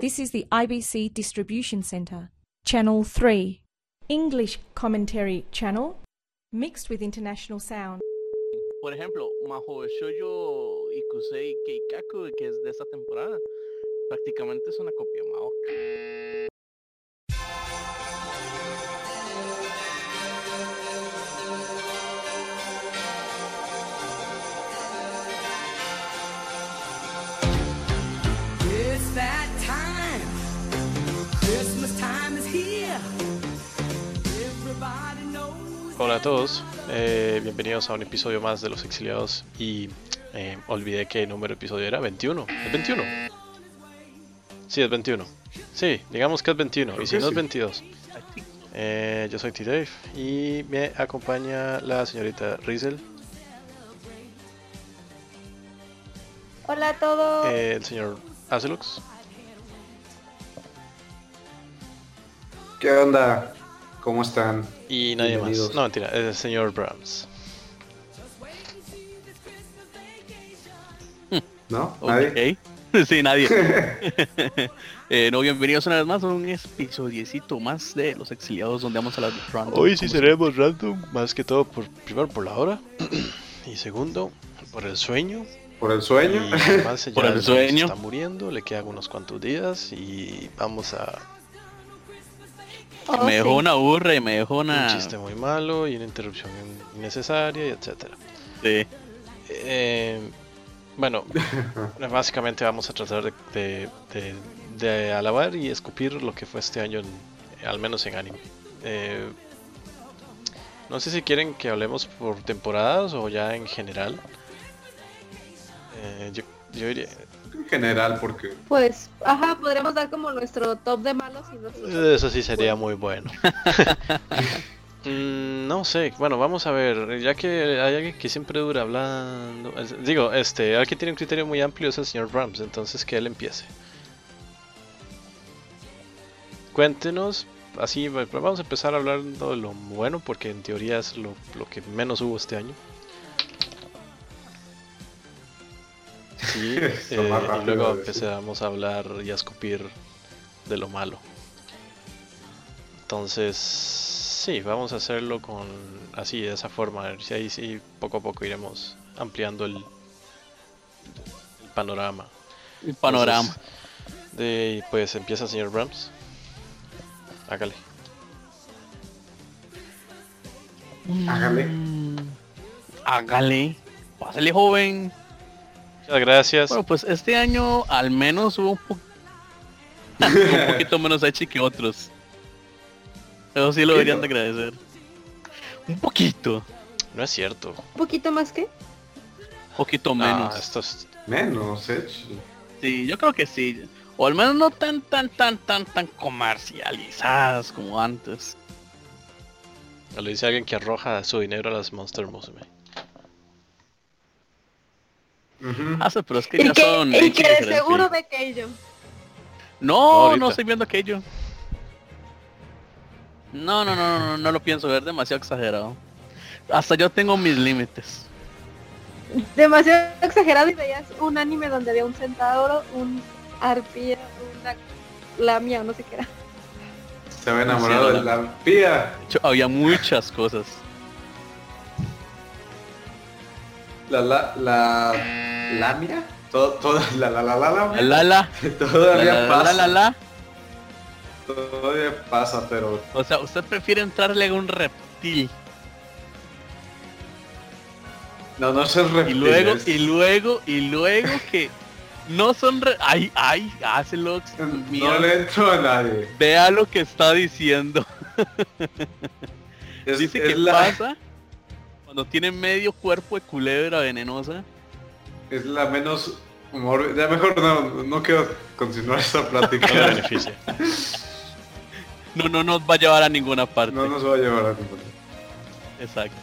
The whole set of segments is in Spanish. This is the IBC Distribution Centre. Channel 3. English Commentary Channel, mixed with international sound. Por ejemplo, Maho Shoujo Ikusei Keikaku, que es de esta temporada, prácticamente es una copia de Maoka. It's that time. Christmas time is here. Everybody knows. Hola a todos, eh, bienvenidos a un episodio más de Los Exiliados y eh, olvidé qué número de episodio era, 21, es 21. Sí, es 21. Sí, digamos que es 21 Creo y si que no es sí. 22. Eh, yo soy T-Dave y me acompaña la señorita Rizel, Hola a todos. eh, el señor Azelux ¿Qué onda? ¿Cómo están? y nadie más. Bienvenidos. No, mentira, es el señor Brahms. ¿No? ¿Nadie? Ok. Sí, nadie. Eh, no, bienvenidos una vez más a un episodiecito más de Los Exiliados, donde vamos a hablar de random, Hoy sí como seremos random, más que todo, por, primero por la hora y segundo por el sueño. ¿Por el sueño? Y además Por ya el se sueño. está muriendo, le quedan unos cuantos días y vamos a Oh, Me dejó sí. una burra y me dejó una... Ah, un chiste muy malo y una interrupción in- innecesaria y etcétera. Sí. Eh, bueno, pues básicamente vamos a tratar de, de- de- de alabar y escupir lo que fue este año, en- al menos en anime. Eh, no sé si quieren que hablemos por temporadas o ya en general. Eh, yo, yo diría, En general, porque Pues, ajá, podríamos dar como nuestro top de malos y nuestro- Eso sí sería muy bueno. Mm, no sé, bueno, vamos a ver, ya que hay alguien que siempre dura hablando, es- digo, este, alguien que tiene un criterio muy amplio es el señor Rams, entonces que él empiece. Cuéntenos, así, va- pero vamos a empezar hablando de lo bueno, porque en teoría es lo, lo que menos hubo este año. Sí, Está eh, más y rápido luego de decir. empezamos a hablar y a escupir de lo malo. Entonces, sí, vamos a hacerlo con así, de esa forma. y Ahí sí, poco a poco iremos ampliando el, el panorama. El panorama. Entonces, de, pues empieza el señor Brahms. Hágale. hágale. Mm, Hágale. Pásale, joven. Muchas gracias. Bueno, pues este año al menos hubo un, po- un poquito menos H que otros. Eso sí lo deberían de agradecer. Un poquito. No es cierto. un poquito más que. Un poquito Menos. menos. esto es- Menos, eh, Edge. Sí, yo creo que sí. O al menos no tan, tan, tan, tan, tan comercializadas como antes. lo dice alguien que arroja su dinero a las Monster Musume. Ujú. Ah, sí, pero es que Y ya que, son y hechos que de diferentes. seguro ve que yo. No, No, ahorita. no estoy viendo aquello. No, no, no, no, no, no lo pienso ver, demasiado exagerado. Hasta yo tengo mis límites. Demasiado exagerado y veías un anime donde había un centauro, un arpía, una lamia o no sé qué era. Se va enamorado de la pía. De hecho, había muchas cosas. La la la lamia. Todo, todo, la la la la lamia. La la, la, Todavía la, la, pasa. la, la. Todavía pasa, pero O sea, usted prefiere entrarle a un reptil no, no se y reptiles. luego y luego y luego que no son re- ay ay hace lo No le entro a nadie. vea lo que está diciendo. Es, Dice es que la, pasa cuando tiene medio cuerpo de culebra venenosa. es la menos humor. Ya mejor no, no quiero continuar esta plática. No le beneficia. No, no nos va a llevar a ninguna parte. No nos va a llevar a ningún Exacto.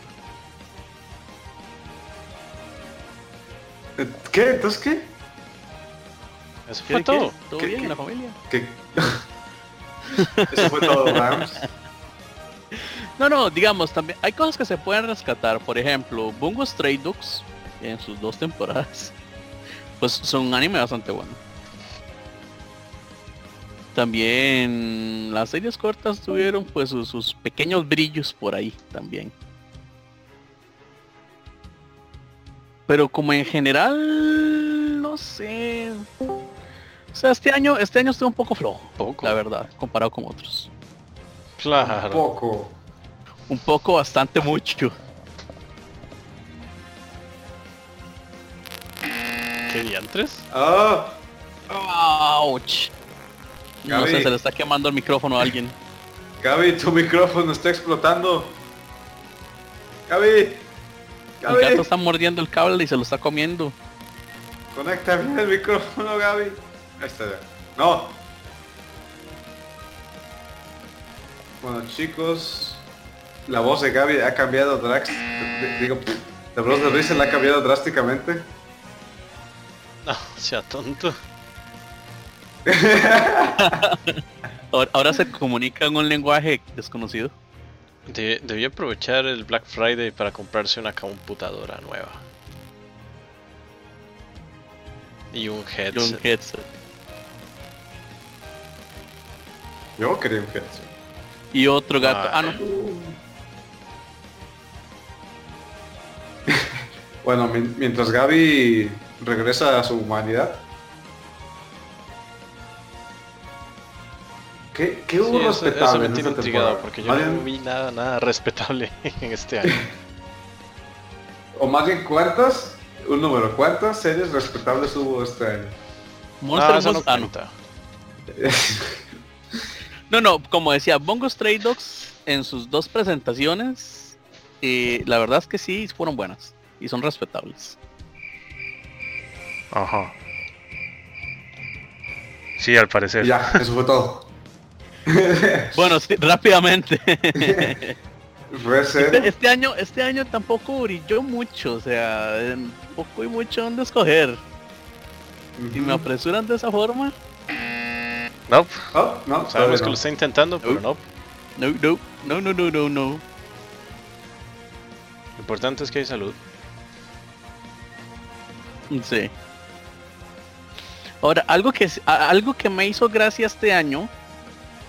Eh, ¿Qué? ¿Entonces qué? Eso ¿Qué- fue qué? todo. ¿Todo ¿Qué- bien qué? la familia? ¿Qué? Eso fue todo, Rams. No, no, digamos, también hay cosas que se pueden rescatar. Por ejemplo, Bungo Stray Dogs en sus dos temporadas. Pues son un anime bastante bueno. También las series cortas tuvieron pues sus, sus pequeños brillos por ahí también. Pero como en general, no sé. O sea, este año, este año estuvo un poco flojo, Poco. la verdad, comparado con otros. Claro. Poco. Un poco, bastante mucho. ¿Qué diantres? Ah, ¡Auch! No sé, Gaby. se le está quemando el micrófono a alguien. Gaby, tu micrófono está explotando. Gaby. El gato Gaby. está mordiendo el cable y se lo está comiendo. Conecta bien el micrófono, Gaby. Ahí está ya. No. Bueno, chicos. La voz de Gaby ha cambiado drax... d- Digo, la voz de Rizel ha cambiado drásticamente. No, sea tonto. Ahora, ahora se comunica en un lenguaje desconocido. De- debí aprovechar el Black Friday para comprarse una computadora nueva. Y un Yo un headset. headset. Yo quería un headset. Y otro gato. Ah. Ah, no. Bueno, mien- mientras Gaby regresa a su humanidad. ¿Qué, qué hubo Sí, eso, respetable eso me en tiene esta intrigado temporada? porque yo Más no vi bien- nada, nada respetable en este año. O más bien, ¿cuántas? Un número, ¿cuántas series respetables hubo este año? No, Monster eso no Bus- ah, no. cuenta. No, no, como decía, Bongo Stray Dogs en sus dos presentaciones, eh, la verdad es que sí, fueron buenas y son respetables. Ajá. Sí, al Y parecer. ya, eso fue todo. Bueno, sí, rápidamente. Red Este, Zero, este año este año tampoco brilló mucho, o sea, en- poco y mucho donde escoger. Y me ujú. apresuran de esa forma. No, Oh, no, todavía Sabemos que no. lo está intentando, pero Uy. no. No, no, no, no, no, no, no. Lo importante es que hay salud. Sí. Ahora, algo que, s- a- algo que me hizo gracia este año,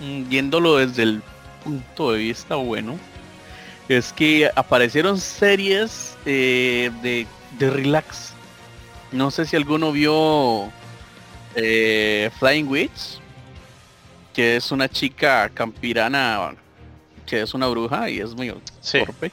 mm, viéndolo desde el punto de vista bueno, es que aparecieron series eh, de, de relax. No sé si alguno vio eh, Flying Witch, que es una chica campirana, que es una bruja y es muy Sí, torpe.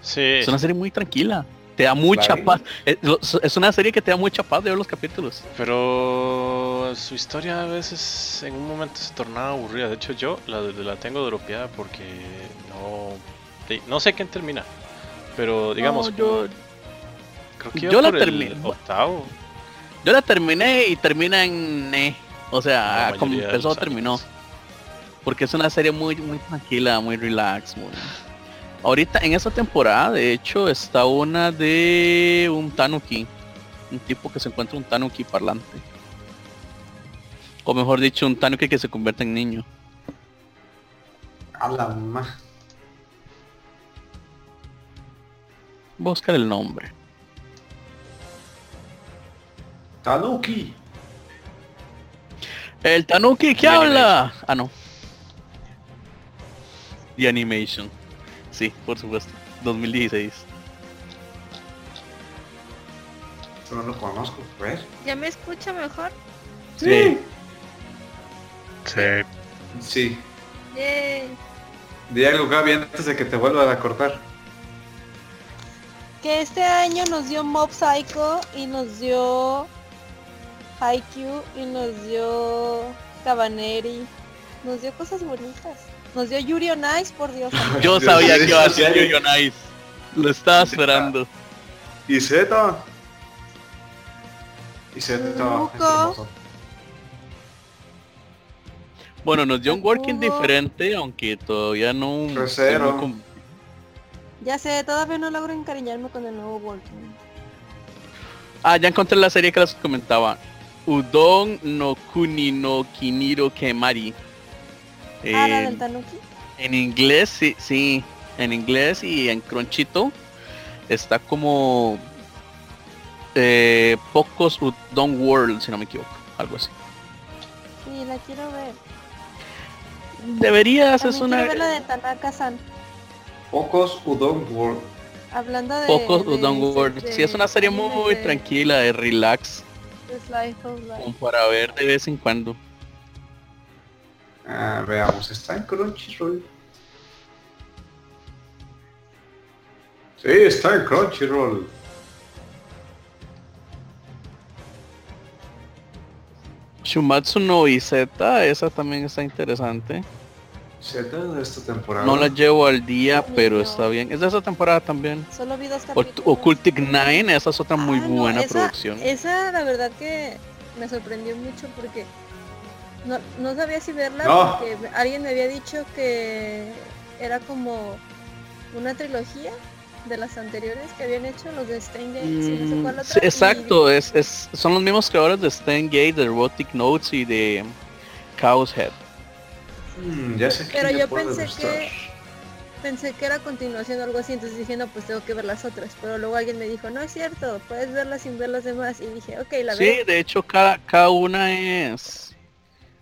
sí. Es una serie muy tranquila. Te da mucha Claro. paz. Es, lo- es una serie que te da mucha paz de ver los capítulos. Pero su historia a veces en un momento se tornaba aburrida. De hecho, yo la, la tengo dropeada porque no, de- no sé quién termina. Pero digamos, No, yo, creo que iba yo la por el terminé. octavo. yo la terminé y termina en... eh. O sea, la como mayoría de empezó, los terminó. animes. Porque es una serie muy, muy tranquila, muy relax. muy- Ahorita, en esta temporada, de hecho, está una de un tanuki. Un tipo que se encuentra un tanuki parlante. O mejor dicho, un tanuki que se convierte en niño. A la ma. Voy a buscar el nombre. Tanuki. El Tanuki que De habla. Ah, no. The Animation. Sí, por supuesto. 2016. Eso no lo conozco, ¿ves? ¿Ya me escucha mejor? Sí. sí. Sí. Yay. Di algo, Gaby, antes de que te vuelvan a cortar. Que este año nos dio Mob Psycho y nos dio Haikyuu y nos dio Cabaneri. Nos dio cosas bonitas. Nos dio Yuri on Ice, por Dios. Yo Dios, sabía Dios, que iba a Dios, ser Dios. Yo Nice. Lo estaba esperando. Y Z. Y Mm, Z. es Ruco. hermoso. Bueno, nos dio un working Ujú. diferente, aunque todavía no... Tercero. estoy muy con- Ya sé, todavía no logro encariñarme con el nuevo Walking. Ah, ya encontré la serie que les comentaba. Udon no Kuni no Kiniro Kemari. Ah, la Eh, del Tanuki. En inglés, sí, sí. En inglés y en Cronchito está como eh, Pocos Udon World, si no me equivoco. Algo así. Sí, la quiero ver. Deberías, es También quiero ver la una... de Tanaka-san. Pocos Udon World. Hablando de... Pocos de- Don't World. de- Sí, es una serie de- muy de- tranquila, de relax, de Slice of Life. como para ver de vez en cuando. Ah, veamos, está en Crunchyroll. Sí, está en Crunchyroll. Shumatsu no Izeta, esa también está interesante. Se da esta temporada. No la llevo al día, Ay, pero no. está bien. Es de esa temporada también. Solo vi dos Oct- capítulos. Occultic Nine, esa es otra muy Ah, no, buena esa- producción. Esa la verdad que me sorprendió mucho porque no, no sabía si verla No. porque me- alguien me había dicho que era como una trilogía de las anteriores que habían hecho los de Stein Gates y no sé Mm, cuál otra, sí, y- exacto, es, es- son los mismos creadores de Stan Gate, de Robotic Notes y de Chaos Head. Hmm, ya sé que Pero me yo puede pensé gustar. que- pensé que era continuación o algo así, entonces dije, no, pues tengo que ver las otras. Pero luego alguien me dijo, no es cierto, puedes verlas sin ver las demás. Y dije, ok, la Sí, veré. de hecho cada, cada una es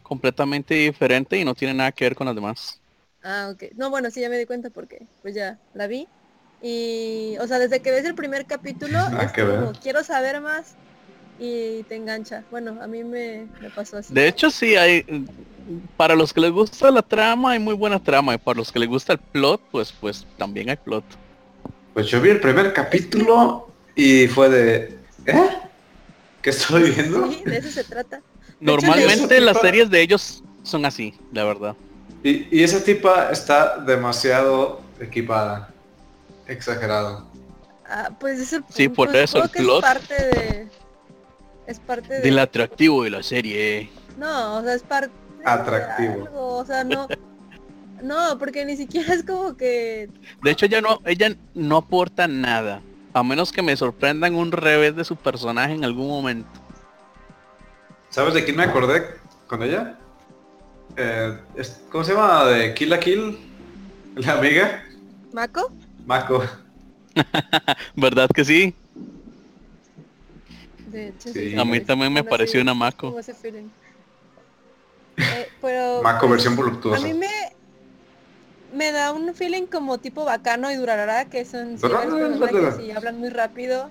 completamente diferente y no tiene nada que ver con las demás. Ah, ok. No, bueno, sí, ya me di cuenta porque pues ya la vi. Y, o sea, desde que ves el primer capítulo, Ah, Nada es que ver. como, quiero saber más y te engancha. Bueno, a mí me, me pasó así. De hecho sí, hay para los que les gusta la trama hay muy buena trama y para los que les gusta el plot, pues pues también hay plot. Pues yo vi el primer capítulo y fue de... ¿Eh? ¿Qué estoy viendo? Sí, de eso se trata. De hecho, Normalmente les- las series de ellos son así, la verdad. Y, y esa tipa está demasiado equipada. Exagerado. Ah, pues es el Sí, por pues, eso el supongo que es plot. parte de... Es parte de... Del atractivo de la serie. No, o sea, es parte... de Atractivo. algo, o sea, no... No, porque ni siquiera es como que... De hecho ella no, ella no aporta nada. A menos que me sorprendan un revés de su personaje en algún momento. ¿Sabes de quién me acordé con ella? Eh, es- ¿Cómo se llama? ¿De Kill la Kill? ¿La amiga? ¿Maco? Mako. ¿Verdad que sí? De hecho, Sí. A mí parece- también me bueno, pareció sí, una Mako. como ese feeling. Eh, pero Mako pues, versión a voluptuosa. mí me me da un feeling como tipo bacano y durará que son series con una que sí hablan muy rápido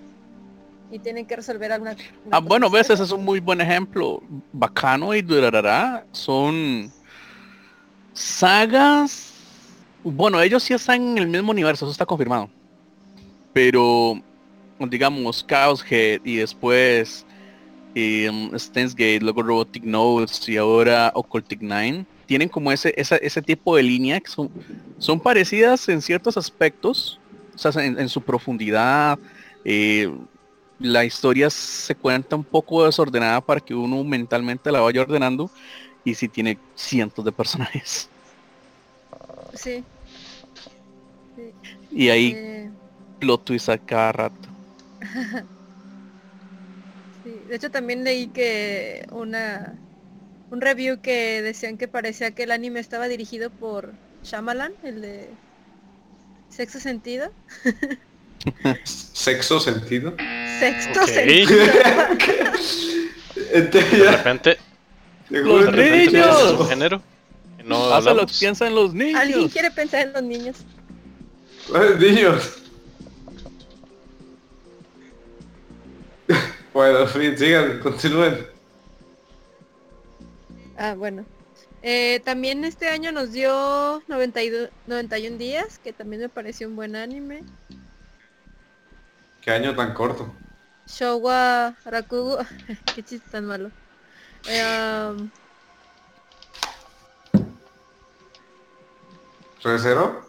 y tienen que resolver alguna una Ah, bueno, cosa. ves, ese es un muy buen ejemplo. Bacano y Durarara son sagas. Bueno, ellos sí están en el mismo universo, eso está confirmado. Pero, digamos, Chaos Head y después em, Steins Gate, luego Robotic Notes y ahora Occultic Nine, tienen como ese, esa- ese tipo de línea que son, son parecidas en ciertos aspectos, o sea, en, en su profundidad. eh, la historia se cuenta un poco desordenada para que uno mentalmente la vaya ordenando y si tiene cientos de personajes. Sí. Y ahí eh, plot twist a cada rato. sí. De hecho también leí que una un review que decían que parecía que el anime estaba dirigido por Shyamalan, el de Sexo Sentido. Sexo sentido. Mm, Sexto Ok. Sentido. Entonces De ya- repente, llegó Los de el repente niños. es momento. un género que no Hasta lo hablamos. que piensan los ¿Alguien niños. quiere pensar en los niños? Ay, niños. Bueno, en fin, sigan, continúen. Ah, bueno. Eh, también este año nos dio 92, 91 días, que también me pareció un buen anime. Qué año tan corto. Showa Rakugo. Qué chiste tan malo. Eh, am, ¿Recero?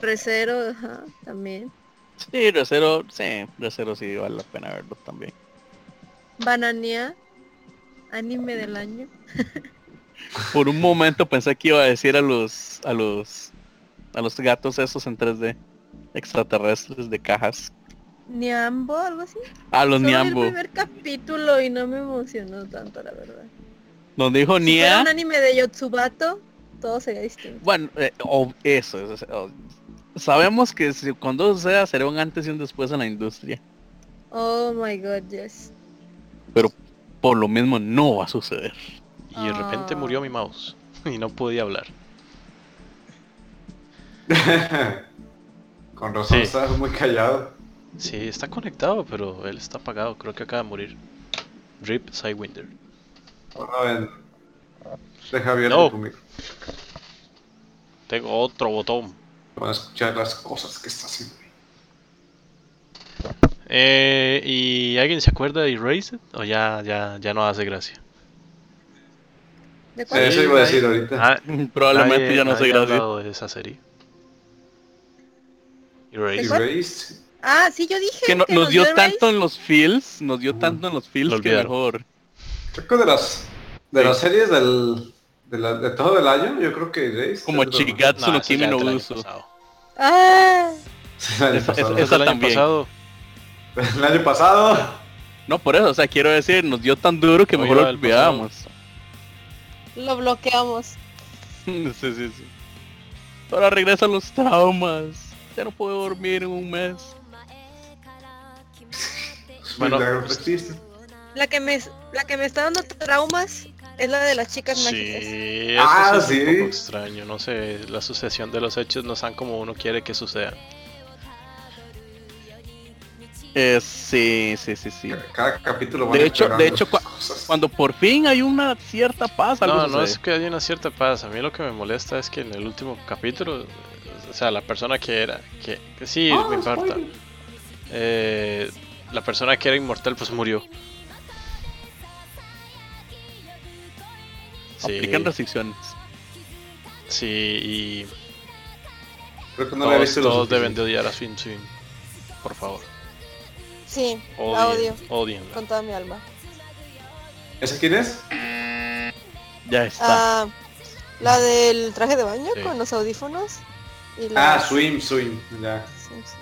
Recero, ajá, también. Sí, Recero, sí, Recero sí vale la pena verlo también. Banania. Anime del año. Por un momento pensé que iba a decir a los a los a los gatos esos en 3D extraterrestres de cajas. Niambo, algo así. A los Solo vi Niambo. el primer capítulo y no me emocionó tanto, la verdad. Donde dijo Si fuera Nia. un anime de Yotsubato, todo sería distinto. Bueno, eh, o- eso, eso, eso, o- Sabemos que si- cuando sea será un antes y un después en la industria. Oh my god, yes. Pero por lo mismo no va a suceder. y de repente Ah. murió mi mouse y no podía hablar. Con razón Sí. estás muy callado. Sí, está conectado, pero él está apagado. Creo que acaba de morir. Rip Sidewinder. Bueno, ven. Deja abierto No. tu micro Tengo otro botón. Van a escuchar las cosas que está haciendo. Eh, ¿Y alguien se acuerda de Erased? ¿O ya, ya, ya no hace gracia? ¿De cuál? Eso iba a decir ahorita. Ah, Probablemente nadie- ya no sé nadie ha gracias. hablado de esa serie. Erased. Erased. Ah, sí, yo dije Que no- nos dio Erased. tanto en los fields, nos dio tanto en los Lo fields que olvidaron. mejor. Creo que de las, de las series del, de, la- de todo el año, yo creo que este, Erased. Como es lo- Chigatsu No, no eso ya Kimi no del año Uso. pasado. Ah, El año Esa- pasado. Eso es del año también. pasado. El año pasado. No, por eso, o sea, quiero decir, nos dio tan duro que No, mejor yo lo la del pasado. olvidábamos. lo bloqueamos. sí, sí, sí. Ahora regresan los traumas. Ya no puedo dormir en un mes. Bueno, Milagro persiste. La que me, la que me está dando traumas es la de las chicas mágicas. Sí, eso Ah, es un sí. poco extraño. No sé, la sucesión de los hechos no están como uno quiere que suceda. Eh, sí, sí, sí, sí. Cada capítulo De hecho- empeorando de hecho, cua- las cosas. Cuando por fin hay una cierta paz, algo No, no es sucede. que haya una cierta paz. A mí lo que me molesta es que en el último capítulo, o sea, la persona que era, que, que sí, Ah, me importa, spoiler. eh, la persona que era inmortal pues murió. Sí, Aplican restricciones. sí, y Creo que no la he todos, visto lo todos deben de suficiente. odiar a Swin Swin, por favor. Sí, la Odien, odio odienla. con toda mi alma. ¿Ese quién es? Ya está. Ah, la del traje de baño Sí. con los audífonos. Y la... Ah, Swim, Swim. Ya. Sí, sí.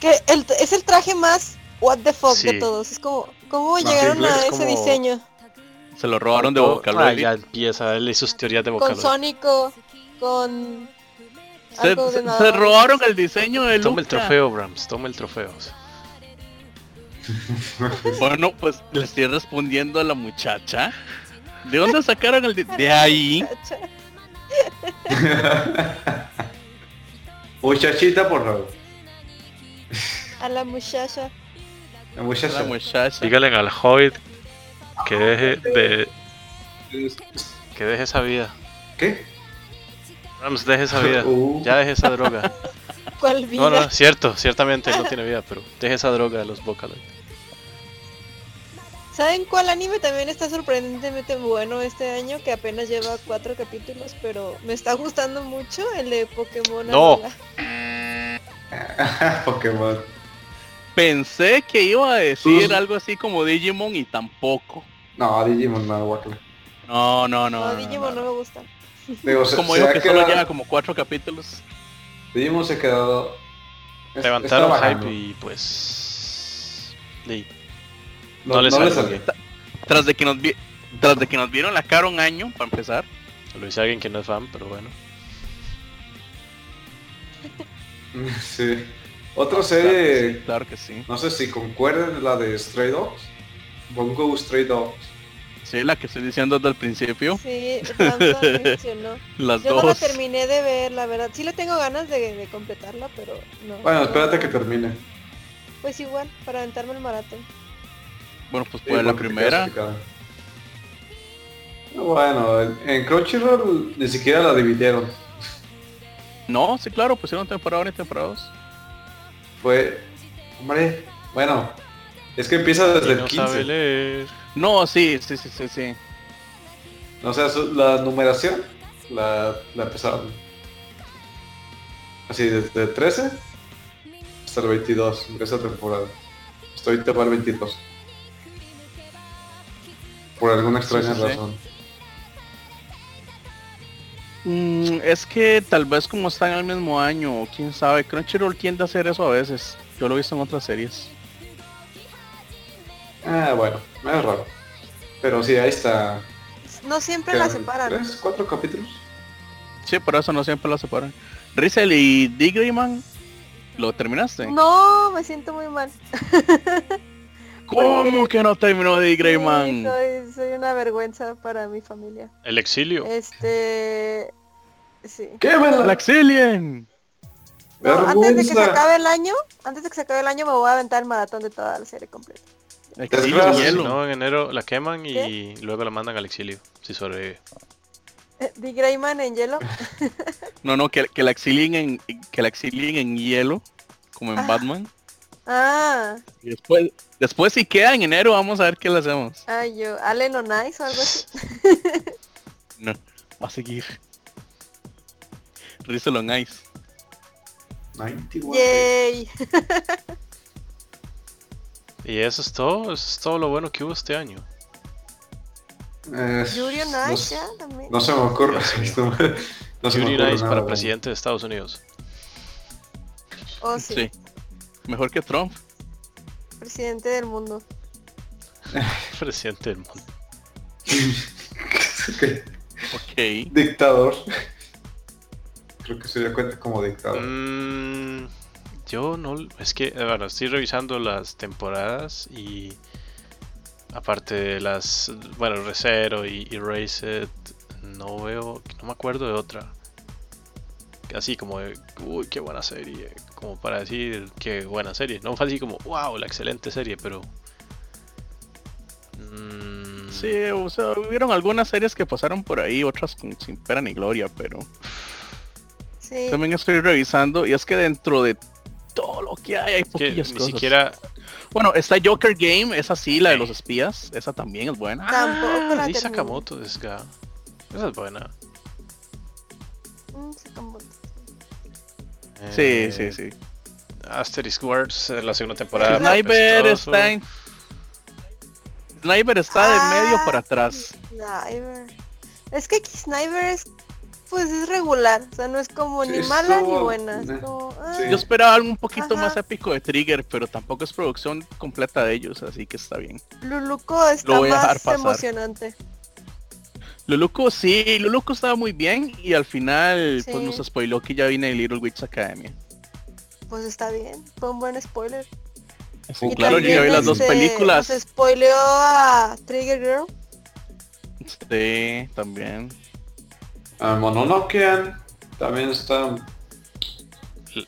Que el- es el traje más what the fuck Sí. de todos. Es como, ¿cómo Más llegaron simple, a es ese como- diseño? Se lo robaron de boca, Ah, ya empieza, él y sus teorías de Con vocaloid. Sónico, con... Se, algo de se- nada. se robaron el diseño de Toma el Luca. trofeo, Brams, toma el trofeo. Bueno, pues le estoy respondiendo a la muchacha. ¿De dónde sacaron el di- de ahí? Muchachita, por favor. A la muchacha. La La muchacha. muchacha. Díganle al Hobbit que deje de. Que deje esa vida. ¿Qué? Brams, deje esa vida. Uh. Ya deje esa droga. ¿Cuál vida? No, no, cierto, ciertamente no tiene vida, pero deje esa droga de los Vocaloid. ¿Saben cuál anime también está sorprendentemente bueno este año? Que apenas lleva cuatro capítulos, pero me está gustando mucho el de Pokémon. No. Anola. Pokémon. Pensé que iba a decir Sus- algo así como Digimon y tampoco. No, Digimon no, guacala. No, no, no. No, no, Digimon no. no me gusta. Digo, se, Como se digo ha que solo quedado- lleva como cuatro capítulos. Digimon se ha quedado. es- Levantaron está bajando. hype y pues. y No, no le no le salió. salió. Tras de que nos vi- tras de que nos vieron la cara un año para empezar. Lo dice alguien que no es fan, pero bueno. Sí. Otra Claro que sí, serie, Ah, Claro que sí. no sé si concuerden, la de Stray Dogs. Bongo Stray Dogs. Sí, la que estoy diciendo desde el principio. Sí, Ramson mencionó. Las Yo no la dos. terminé de ver, la verdad. Sí le tengo ganas de, de completarla, pero no. Bueno, No, espérate no. que termine. Pues igual, para aventarme el maratón. bueno, pues Sí, pues la porque te primera. quedas picado. No, Bueno, en- en Crunchyroll ni siquiera la dividieron. No, sí, claro, pusieron temporada 1 y temporada 2. Fue. Hombre, bueno. Es que empieza desde Y el no 15. sabe leer. No, sí, sí, sí, sí, sí. O sea, su- la numeración la, la empezaron. Así, desde el 13 hasta el 22 de esa temporada. Estoy para el 22. Por alguna Sí, extraña sí, sí. razón. Mm, es que tal vez como están al mismo año, o quién sabe, Crunchyroll tiende a hacer eso a veces. Yo lo he visto en otras series. Ah, bueno, es raro. Pero sí, ahí está. No siempre la Quedan separan. ¿Tres, cuatro capítulos? Sí, por eso no siempre la separan. Rizel y Digimon, ¿lo terminaste? No, me siento muy mal. ¿Cómo que no terminó de Greyman? Sí, soy, soy una vergüenza para mi familia. El exilio. Este. Sí. ¡Quémala! ¡La exilien! No, antes de que se Vergüenza. acabe el año, antes de que se acabe el año, me voy a aventar el maratón de toda la serie completa. Sí, Eh, Claro. si hielo. no, en enero la queman y luego la mandan al exilio, si sobrevive. The Greyman en hielo. No, no, que, que la exilien en que la exilien en hielo, como en Ah. Batman. Ah, Y después, después si queda en enero, vamos a ver qué le hacemos. ay yo, Allen on Ice o algo así. No, va a seguir. Rizzle on Ice. 91. Yay. Y eso es todo, eso es todo lo bueno que hubo este año. Eh, Yuri on no, Ice ya también. no se me ocurre Dios mío. esto. No se me Yuri ocurre Nice nada, para güey. presidente de Estados Unidos. Oh, sí, Sí. Mejor que Trump. Presidente del mundo. Presidente del mundo. Ok. Ok. Dictador. Creo que se dio cuenta como dictador. Mm, yo no. Es que, eh, bueno, estoy revisando las temporadas y. Aparte de las. Bueno, Recero y Erased, no veo. No me acuerdo de otra. Así como de. Uy, qué buena serie. Como para decir, qué buena serie. No fue así como, wow, la excelente serie, pero. mm, Sí, o sea, hubieron algunas series que pasaron por ahí, otras con- sin pera ni gloria, pero Sí. también estoy revisando y es que dentro de todo lo que hay hay Que ni poquillas cosas. siquiera Bueno, está Joker Game, esa sí, la de Sí. los espías, esa también es buena. Tampoco la Ah, sí, terminé. Sakamoto es ga- Esa es buena. Mm, Sakamoto. Sí, Eh, sí, sí. Asterisk Wars, eh, la segunda temporada. Pues, Sniper apestoso. está en... Sniper está de medio Ah, para atrás. Sniper. Es que aquí Sniper es pues es regular, o sea, no es como Sí, ni mala ni estuvo- buena, es eh, como, ah, sí. Yo esperaba algo un poquito Ajá. más épico de Trigger, pero tampoco es producción completa de ellos, así que está bien. Luluco está Lo voy a dejar más pasar. emocionante. Luluco sí, Luluco estaba muy bien y al final Sí. pues nos spoiló que ya viene Little Witch Academia. Pues está bien, fue un buen spoiler. Sí, Y Uh, claro, yo ya vi también, las dos este, películas. Nos spoileó a Trigger Girl. Sí, también. Ah, Mononokean también está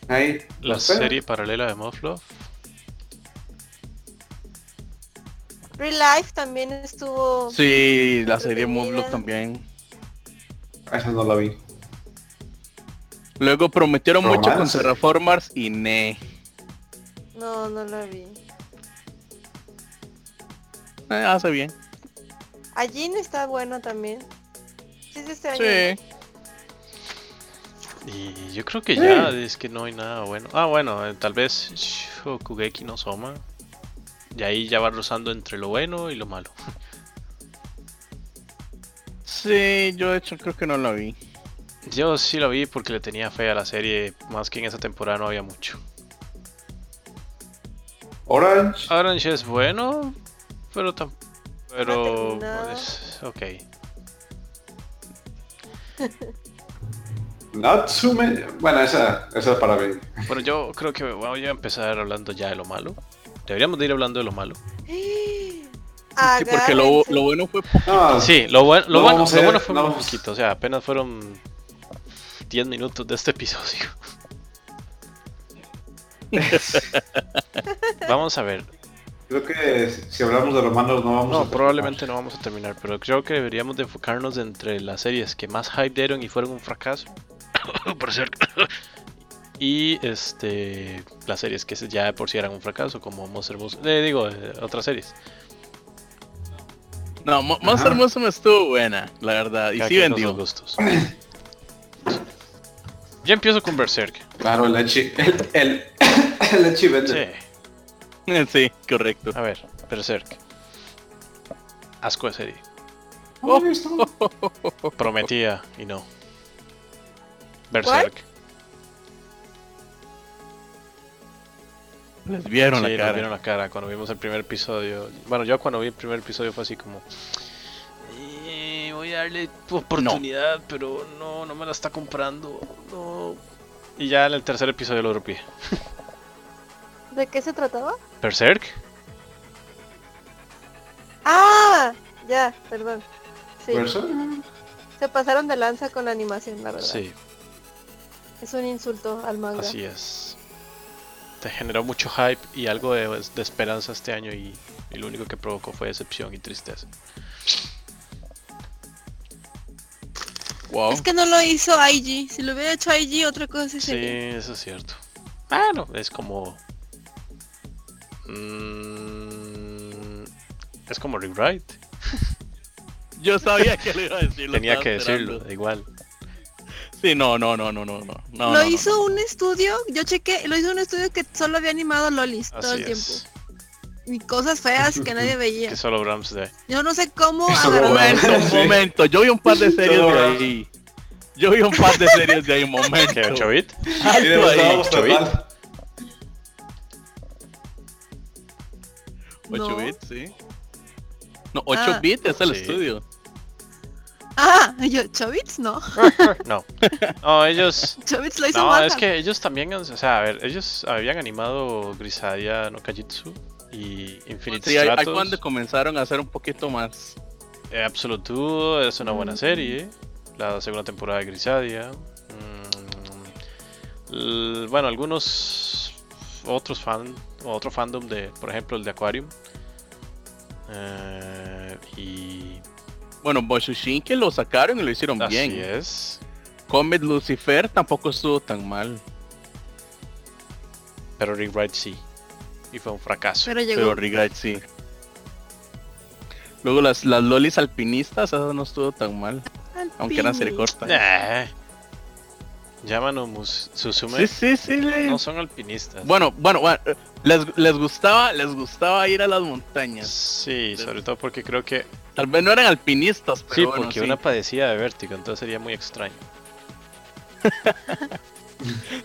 ahí. La Espera. serie paralela de Moflove. Real Life también estuvo. Sí, la serie Entretenida. Moonblock también. Ah, Esa no la vi. Luego prometieron mucho con Romance. Terraformers y ne. No, no la vi. Eh, hace bien. Allí no está bueno también. Sí, es de este año. Sí. Y yo creo que ya, es que no hay nada bueno. Ah, bueno, eh, tal vez Shokugeki no Soma. Y ahí ya va rozando entre lo bueno y lo malo. Sí, yo de hecho creo que no la vi. Yo sí la vi porque le tenía fe a la serie, más que en esa temporada no había mucho. Orange. Ah. Orange es bueno, pero tampoco. Pero. terminado. pues, ok. Natsume. Bueno, esa, esa es para mí. Bueno, yo creo que voy a empezar hablando ya de lo malo. Deberíamos de ir hablando de lo malo. ¡Ah! Sí, porque lo, lo bueno fue No, Sí, lo, buen- lo No bueno, vamos a lo ir, bueno fue no muy vamos. poquito, o sea, apenas fueron 10 minutos de este episodio. vamos a ver. Creo que si hablamos de romanos no vamos a No, terminar. probablemente no vamos a terminar, pero creo que deberíamos de enfocarnos entre las series que más hype dieron y fueron un fracaso. por cierto. y este las series que ya de por sí eran un fracaso, como Monster Monster. digo, eh, otras series. No, Mo- Monster Ajá. Monster estuvo buena, la verdad. Y Cada sí quien con vendió. sus gustos. Yo empiezo con Berserk. Claro, el Echi. El, el, el Echi vende. Sí, sí, correcto. a ver, Berserk. Asco de serie. No lo he visto. Prometía y no. Berserk. Les vieron sí, la nos cara. vieron la cara cuando vimos el primer episodio. Bueno, yo cuando vi el primer episodio fue así como. "Eh, voy a darle tu oportunidad, pero no, no me la está comprando. No. Y ya en el tercer episodio lo dropié. ¿De qué se trataba? Berserk. ¡Ah! Ya, perdón. Sí. ¿Verso? Se pasaron de lanza con la animación, la verdad. Sí, Es un insulto al manga. así es. Te generó mucho hype y algo de, de esperanza este año y, y lo único que provocó fue decepción y tristeza. Wow. Es que no lo hizo IG. Si lo hubiera hecho IG, otra cosa Sí, sería. eso es cierto. Bueno, es como. Mm, es como rewrite. Yo sabía que lo iba a decir. lo Tenía estaba que esperando. decirlo, eh. igual. Sí, no, no, no, no, no, no. no, no, lo no. hizo un estudio, yo chequé, lo hizo un estudio que solo había animado lolis todo Así el es. tiempo. Y cosas feas que nadie veía. Que solo Brahms de. Yo no sé cómo Eso Un lo agarraron. momento, un Sí. momento. Yo vi un par de series Todo de bravo. ahí. Yo vi un par de series de ahí, un momento. ¿Qué 8 bit? Y le Alto ahí. gustaba mostrar Chovy. mal. No. 8 bits, sí. No, 8 Ah. bits es el Sí. estudio. Ah, yo, Chovitz no. No. No, ellos. Chovitz lo hizo No, Warhammer. es que ellos también. han- O sea, a ver, ellos habían animado Grisadia no Kajitsu y Infinite Sí, ahí ahí Stratos. cuando comenzaron a hacer un poquito más. Eh, Absolute Duo es una buena serie. La segunda temporada de Grisadia. Mm, l- bueno, algunos otros fan, otro fandom de, por ejemplo, el de Aquarium. Eh, y Bueno, Boshushin que lo sacaron y lo hicieron así bien. es. Comet Lucifer tampoco estuvo tan mal, Pero Rewrite sí. Y fue un fracaso. Pero llegó. pero Regret sí. Luego las, las lolis alpinistas, esas no estuvo tan mal, al aunque eran pin. serie corta. Nah. Llámanos Mus- Suzume. Sí, sí, sí. le- No son alpinistas. Bueno, bueno, bueno, eh, les, les gustaba, les gustaba ir a las montañas. Sí, sobre todo porque creo que. Tal vez no eran alpinistas, pero Sí, bueno, porque sí. una padecía de vértigo, entonces sería muy extraño.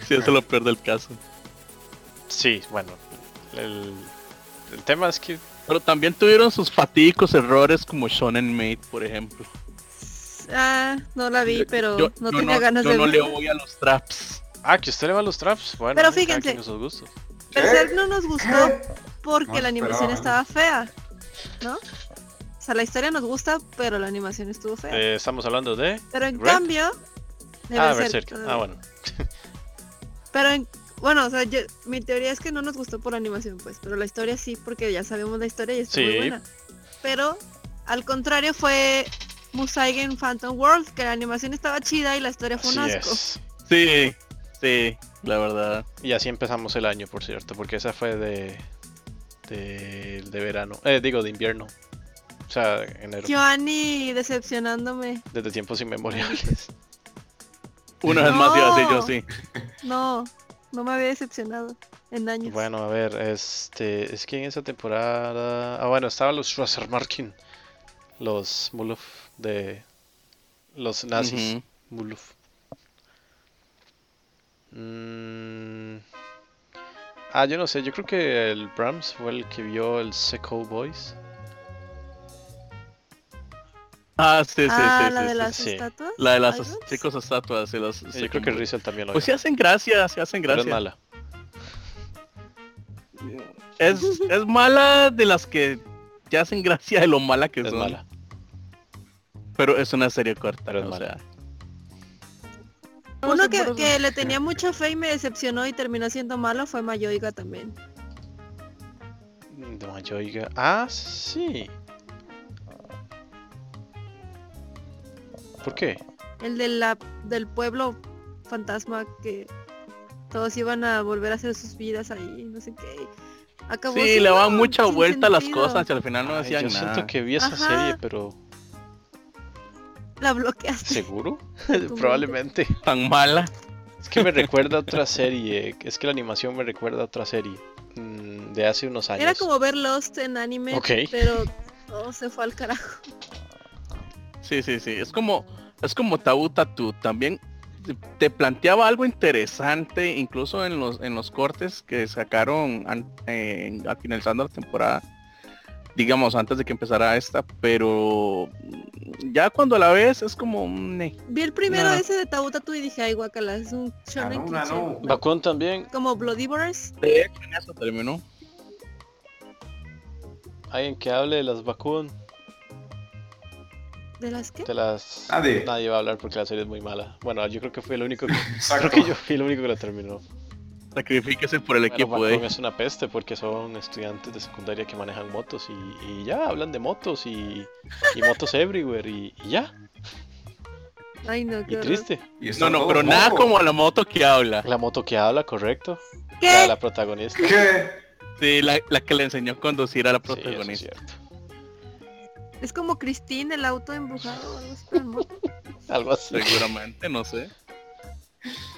Sí, eso es lo peor del caso. Sí, bueno. El, el tema es que Pero también tuvieron sus fatídicos errores como Shonen Maid, por ejemplo. Ah, no la vi, pero Yo- no yo tenía ganas yo de no le verla. voy a los traps. Ah, que usted le va a los traps. Bueno, Pero ¿no? Cada fíjense. quien con sus gustos. Berserk no nos gustó ¿Qué? porque No la animación esperaba. estaba fea, ¿no? O sea, la historia nos gusta, pero la animación estuvo fea. Eh, estamos hablando de. pero en Red? cambio... de ah, Berserk, Berserk. Ah, ah, bueno. Pero en- bueno, o sea, yo- mi teoría es que no nos gustó por la animación, pues, pero la historia sí, porque ya sabemos la historia y está muy Sí. buena. Pero al contrario fue Musaigen Phantom World, que la animación estaba chida y la historia fue un Así asco. es. Sí, sí, la verdad. Y así empezamos el año, por cierto, porque esa fue de. de, de verano. Eh, digo, de invierno. O sea, enero. Giovanni decepcionándome. Desde tiempos pues, inmemoriales. Una vez más iba a decir yo No. sí. No, no me había decepcionado en años. Bueno, a ver, este. Es que en esa temporada. Ah, bueno, estaban los Schwarzmarkin. Los Muluf de. Los nazis. Ujú. Muluf. Mm. Ah, yo no sé, yo creo que el Brahms fue el que vio el Seco Boys. Ah, sí, sí, ah, sí, la sí, de sí. las sí. estatuas. La de las ¿Algo? as- chicos estatuas y las yo creo que Rizal también lo vio. Pues sí hacen gracia, sí hacen pero gracia. es mala. Es, es mala de las que ya hacen gracia de lo mala que Es son. mala. Pero es una serie corta, Pero es o mala. sea. Uno que, que le tenía mucha fe y me decepcionó y terminó siendo malo fue Mayoiga también. De Mayoiga. Ah, sí. ¿Por qué? El de la, del pueblo fantasma que todos iban a volver a hacer sus vidas ahí, no sé qué. Acabó Sí, le daban siendo mucha sin vuelta a las sentido. cosas y al final no Ay, decían yo nada. siento que vi esa Ajá. serie, pero La bloqueaste. ¿seguro? mente. Probablemente. Tan mala. Es que me recuerda a otra serie. Es que la animación me recuerda a otra serie. mm, de hace unos años. Era como ver Lost en anime, Ok. pero todo se fue al carajo. Sí, sí, sí. Es como, es como Tabu Tatu. También te planteaba algo interesante, incluso en los, en los cortes que sacaron an- en- al finalizando la temporada, digamos, antes de que empezara esta, pero mm, ya cuando la ves es como... mm, eh. Vi el primero No. ese de Tabutatu y dije, ay guacala, es un shonen Caramba, cliché". no. Bakun también. Como Bloodivores. De hecho, en eso terminó. Alguien que hable de las Bakun. ¿De las qué? De las... Nadie. va a hablar porque la serie es muy mala. Bueno, yo creo que fui el único que, Exacto. creo que yo fui el único que la terminó. Sacrifíquese por el Pero equipo, pues, Bacon eh. es una peste porque son estudiantes de secundaria que manejan motos y, y ya, hablan de motos y, y motos everywhere y, y ya, Ay, no, y qué horror. triste. Y No, están no, todos pero nada mocos. como la moto que habla. La moto que habla, correcto, la de ¿Qué? la protagonista. ¿Qué? Sí, la, la que le enseñó a conducir a la Sí, eso es protagonista. cierto. Es como Cristina, el auto embrujado o algo así, pero en moto. Algo así. Seguramente, no sé.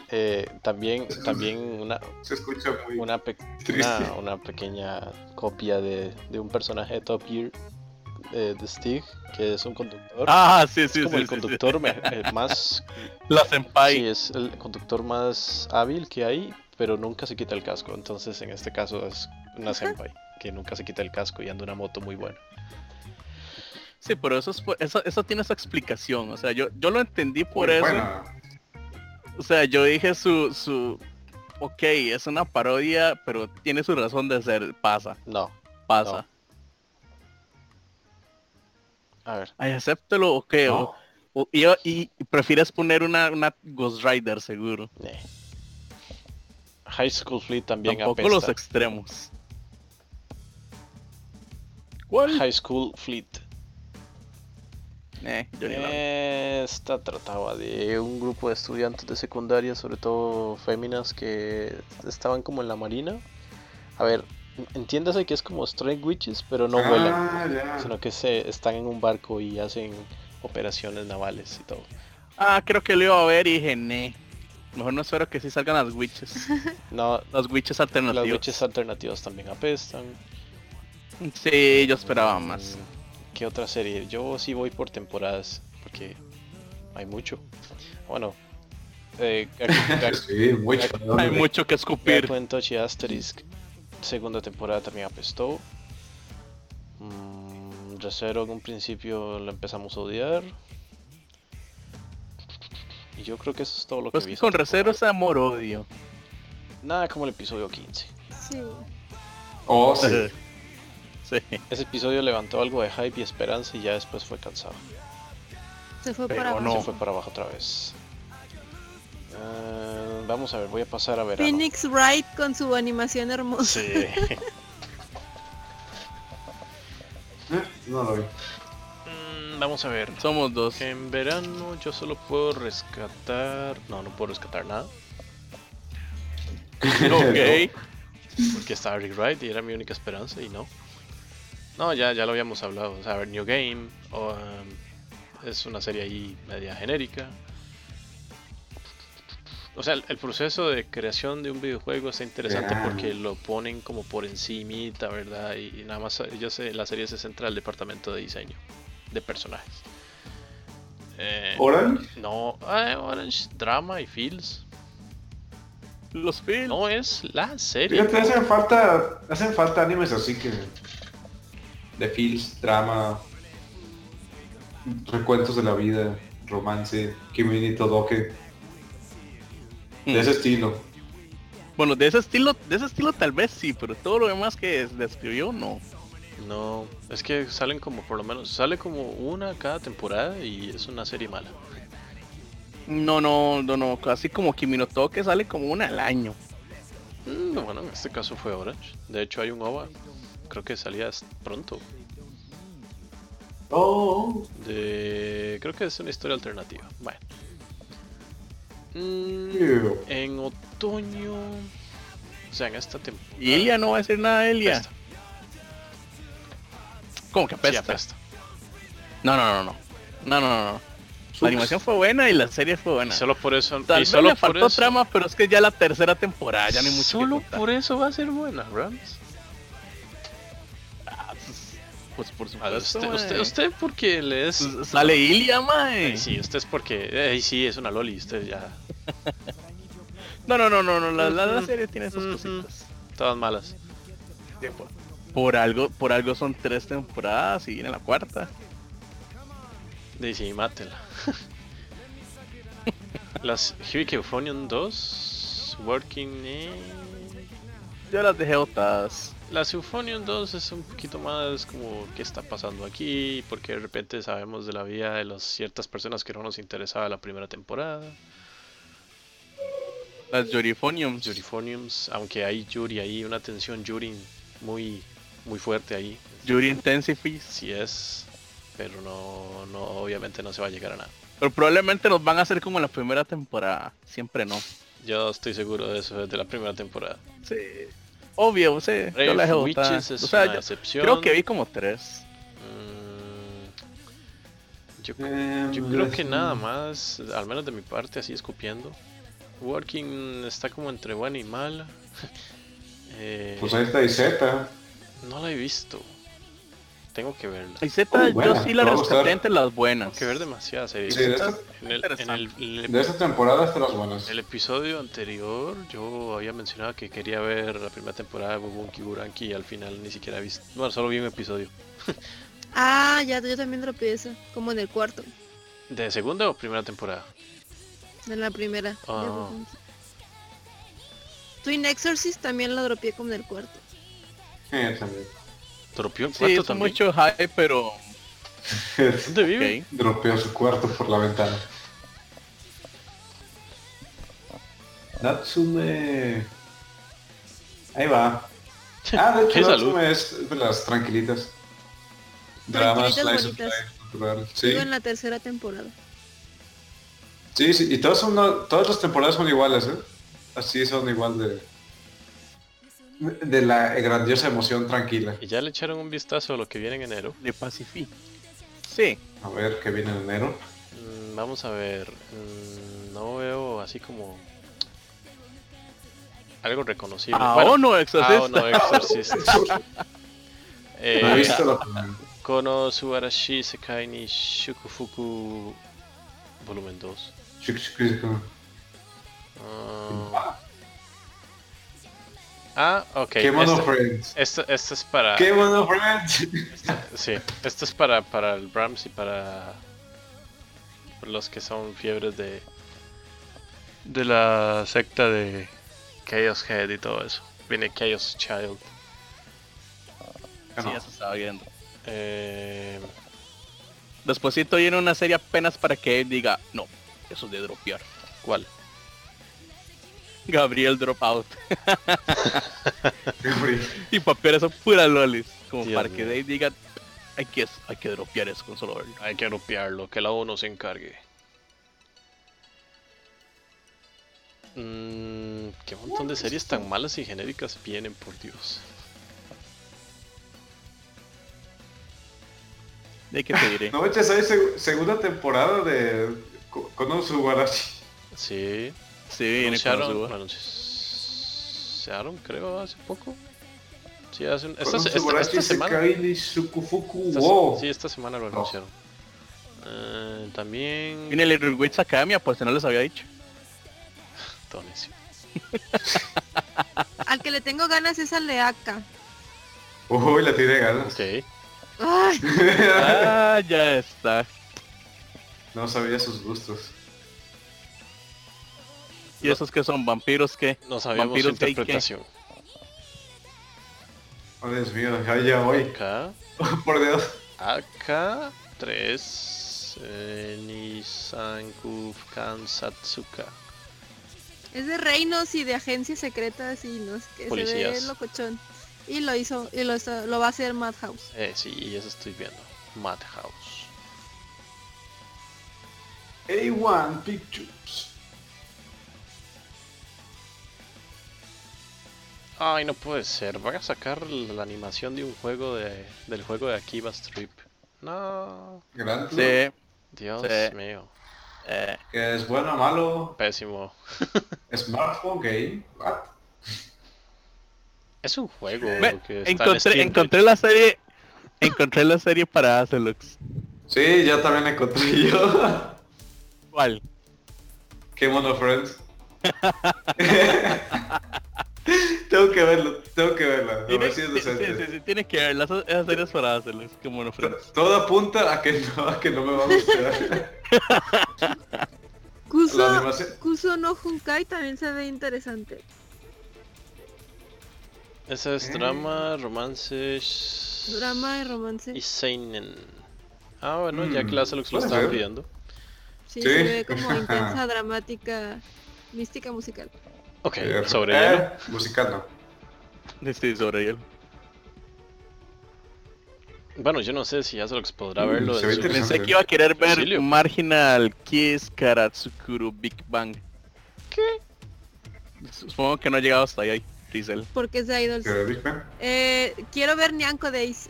Eh, también también una, Se escucha muy... una, pe- Triste. una- una pequeña copia de, de un personaje de Top Gear eh, de Stig, que es un conductor. Ah, sí, sí, Es sí. como el sí, sí. conductor me- el más La senpai. Sí, es el conductor más hábil que hay, pero nunca se quita el casco. Entonces, en este caso es una senpai que nunca se quita el casco y anda una moto muy buena. Sí, pero eso, es por- eso, eso tiene su explicación. O sea, yo, yo lo entendí por muy eso. buena. O sea, yo dije su, su... Ok, es una parodia, pero tiene su razón de ser. Pasa, No, pasa. a ver. Ay, acéptelo, ok. o- o- y, y prefieres poner una, una Ghost Rider, seguro. eh. High School Fleet también Tampoco los apesta. extremos. ¿Cuál? High School Fleet. Eh, yo ni la- Esta trataba de un grupo de estudiantes de secundaria, sobre todo féminas, que estaban como en la marina. A ver, entiéndase que es como Straight Witches, pero no vuelan. Ah, ya. sino que se están en un barco y hacen operaciones navales y todo. Ah, creo que lo iba a ver y dije, "Ne, Mejor no espero que sí salgan las witches. No, las witches las alternativas. witches alternativas también apestan. Sí, yo esperaba más. Mm, ¿Qué otra serie? Yo sí voy por temporadas, porque hay mucho. Bueno, eh, Gak- Gak- Sí, mucho. ¿no? Hay mucho que escupir. Gaku en Tochi Asterisk, segunda temporada también apestó. Mm, Recero en un principio lo empezamos a odiar. Y yo creo que eso es todo lo Pues que que vi. con recero es amor odio. Nada como el episodio 15. Sí. Oh, sí. Sí. Ese episodio levantó algo de hype y esperanza y ya después fue cansado. Se fue Pero para abajo. no. Se fue para abajo otra vez. Ah, vamos a ver, voy a pasar a ver. Phoenix Wright con su animación hermosa. Sí. Eh, No lo vi. Mm, vamos a ver. Somos dos. En verano yo solo puedo rescatar. No, no puedo rescatar nada. Ok. Porque estaba Rick Wright y era mi única esperanza y no. No, ya, ya lo habíamos hablado. O sea, a ver, New Game. o, um, es una serie ahí media genérica. O sea, el, el proceso de creación de un videojuego está interesante Claro. porque lo ponen como por encimita, ¿verdad? Y, y nada más yo sé, la serie se centra al departamento de diseño de personajes. Eh, ¿Orange? no, eh, Orange Drama y Fields. Los Phil. No es la serie. Fíjate, hacen falta, hacen falta animes así que... De feels, drama, recuentos de la vida, romance, Kimi ni Todoke. Mm. De ese estilo. Mm. Bueno, de ese estilo, de ese estilo tal vez sí, pero todo lo demás que es- describió no. No, es que salen como por lo menos, sale como una cada temporada y es una serie mala. No, no, no, no. Así como Kimi no Toque sale como una al año. Mm, bueno, en este caso fue Orange. De hecho hay un OVA, creo que salía s- pronto. Oh, De... Creo que es una historia alternativa. Bueno. oh, Mm, ew. en otoño... O sea, en esta ah, temporada... Y Elia no va a decir nada de Elia. Apesta. ¿Cómo que Sí, apesta? apesta. No, no, no, no. No, no, no, no. La animación fue buena y la serie fue Y buena. solo por eso... Tal y vez solo le por faltó eso- trama, pero es que ya la tercera temporada, ya no hay mucho Solo que contar. por eso va a ser buena, Rams. Ah, pues- Pues por A ver, supuesto, usted, usted, mae. usted porque le es... Pues Sale Ilia, mae. Ay, sí, usted es porque... Ay, sí, es una loli, usted ya... No, no, no, no, no, la, la- la Ujú. serie tiene sus Ujú. cositas. Todas malas. Sí, pues. por- Por algo, por algo son tres temporadas y viene la cuarta. Dice, sí, mátela. Las Hibiki Euphonium 2, Working. eh, Yo las dejé botadas. La Euphonium 2 es un poquito más como qué está pasando aquí, porque de repente sabemos de la vida de las ciertas personas que no nos interesaba la primera temporada. Las Yorifoniums. Yurifoniums, aunque hay Yuri ahí, una tensión Yuri muy, muy fuerte ahí. Yuri Intensifies. Sí es, pero no, no, obviamente no se va a llegar a nada. Pero probablemente nos van a hacer como en la primera temporada. Siempre no. Yo estoy seguro de eso desde la primera temporada. Sí. Obvio, o sea, Brave yo la dejé botada. Witches es O sea, una yo excepción. creo que vi como tres. Mm, yo, Eh, yo creo que es- nada más, al menos de mi parte, así escupiendo. Working está como entre buena y mala. Eh, Pues ahí está Iseta. no la he visto. Tengo que verla. Y Z, Uy, yo buena, sí la me va a gustar. rescaté entre las Tengo buenas. que ver demasiadas series. Sí, de esta, en, el, en el- en el- de esta temporada hasta las buenas. en el episodio anterior yo había mencionado que quería ver la primera temporada de Bubunki Buranki y al final ni siquiera he visto. Bueno, solo vi un episodio. Ah, ya, yo también dropeé eso. Como en el cuarto, ¿De segunda o primera temporada? en la primera. de Ah. Boku. Twin Exorcist también lo dropeé como en el cuarto. Eh, también. Tropió el Sí, cuarto es también. mucho hype, pero. ¿Dónde vive? ok. Dropeó su cuarto por la ventana. Natsume. Ahí va. Ah, de Qué hecho, salud. Natsume es de las tranquilitas. Dramas, Tranquilitas slice of bonitas. life, natural. Sí. Sigo en la tercera temporada. Sí, sí, y todas, son, todas las temporadas son iguales, ¿eh? Así son igual de... De la grandiosa emoción tranquila. Y ya le echaron un vistazo a lo que viene en enero. De Pacific. Sí. A ver qué viene en enero. Mm, Vamos a ver. mm, No veo así como algo reconocible. Ah, Bueno, oh, no, Exorcista. Ah, no, Exorcist. eh, No he visto la... Kono Subarashi Sekai ni Shukufuku Volumen 2. Shuk, shuk, shuk. mm, Ah, ah, ok. ¡Qué mono este- Friends! este- este es para. ¡Qué mono Friends! Sí, esto es para, para el Brahms y para los que son fiebres de De la secta de. Chaos Head y todo eso. Viene Chaos Child. Sí, ya se estaba viendo. Eh, Después viene una serie apenas para que él diga, no, eso es de dropear. ¿Cuál? Gabriel Dropout. Gabriel. y papeles son puras lolis. Como Dios para que mío. Dave diga, hay que, hay que dropear eso con solo verlo. Hay que rupiarlo, que la ONU se encargue. Mm, qué montón de series tan malas y genéricas vienen, por Dios. De que te diré. No manches, hay seg- segunda temporada de Ko- Kono Subarashi. Sí, Sí, viene con anunciaron, su- bueno, anunciaron, creo, hace poco. Sí, hace un- esta, Kono se- esta- Subarashi esta semana. Sekai ni Shukufuku Esta se- Wow. Sí, esta semana lo No. anunciaron. Eh, también. Viene el Witch Academia, pues no les había dicho. Tones. Al que le tengo ganas es al de Aka. Uy, la tiene ganas. Ok. Ay, ah, ya está. No sabía sus gustos. ¿Y esos que son vampiros que No sabíamos su Vampiros Day, ¿qué? interpretación. Oh, Dios mío, ya, ya voy. Acá. Por Dios. Acá. 3. Eh, Nisanku Kansatsuka. es de reinos y de agencias secretas y no sé qué. Se Policías. ve locochón. Y lo hizo, y lo, hizo- lo va a hacer Madhouse. Eh, sí, eso estoy viendo. Madhouse. A1 Pictures. Ay, no puede ser. Van a sacar la animación de un juego de, del juego de Akiba Strip. No. Gran Tour, se... Dios Sí. mío. eh, Que es bueno o malo. Pésimo. Smartphone game. What? Es un juego. ve, que está en encontré, Steam, de encontré la serie... Encontré la serie para Azelux. Sí, ya también la encontré yo. ¿Cuál? Qué mono friends. tengo que verlo, tengo que verlo. A ver Tiene, si es sí, sí, decente. sí, sí, tiene que verla. Esas esas series para Azelux, como no friends. Todo apunta a que no, a que no me va a gustar. La Kuso, animación. Kuso no Junkai también se ve interesante. Ese es drama, romance sh- Drama y romance. y seinen. Ah, bueno, ya Mm, que la Lux lo puede estaba ser. pidiendo. Sí, Sí. se ve como intensa, dramática, mística, musical. Ok, Eh, sobre eh, hielo. Musical no. Este, sobre hielo. Bueno, yo no sé si Azelux podrá Mm, verlo. se en ve su- interesante. Pensé que iba a querer ver Auxilio. Marginal Kiss Karatsukuru Big Bang. ¿Qué? Supongo que no ha llegado hasta ahí, Rizel. Porque es de idols. ¿Que Big Bang? Eh, quiero ver Nyanko Days.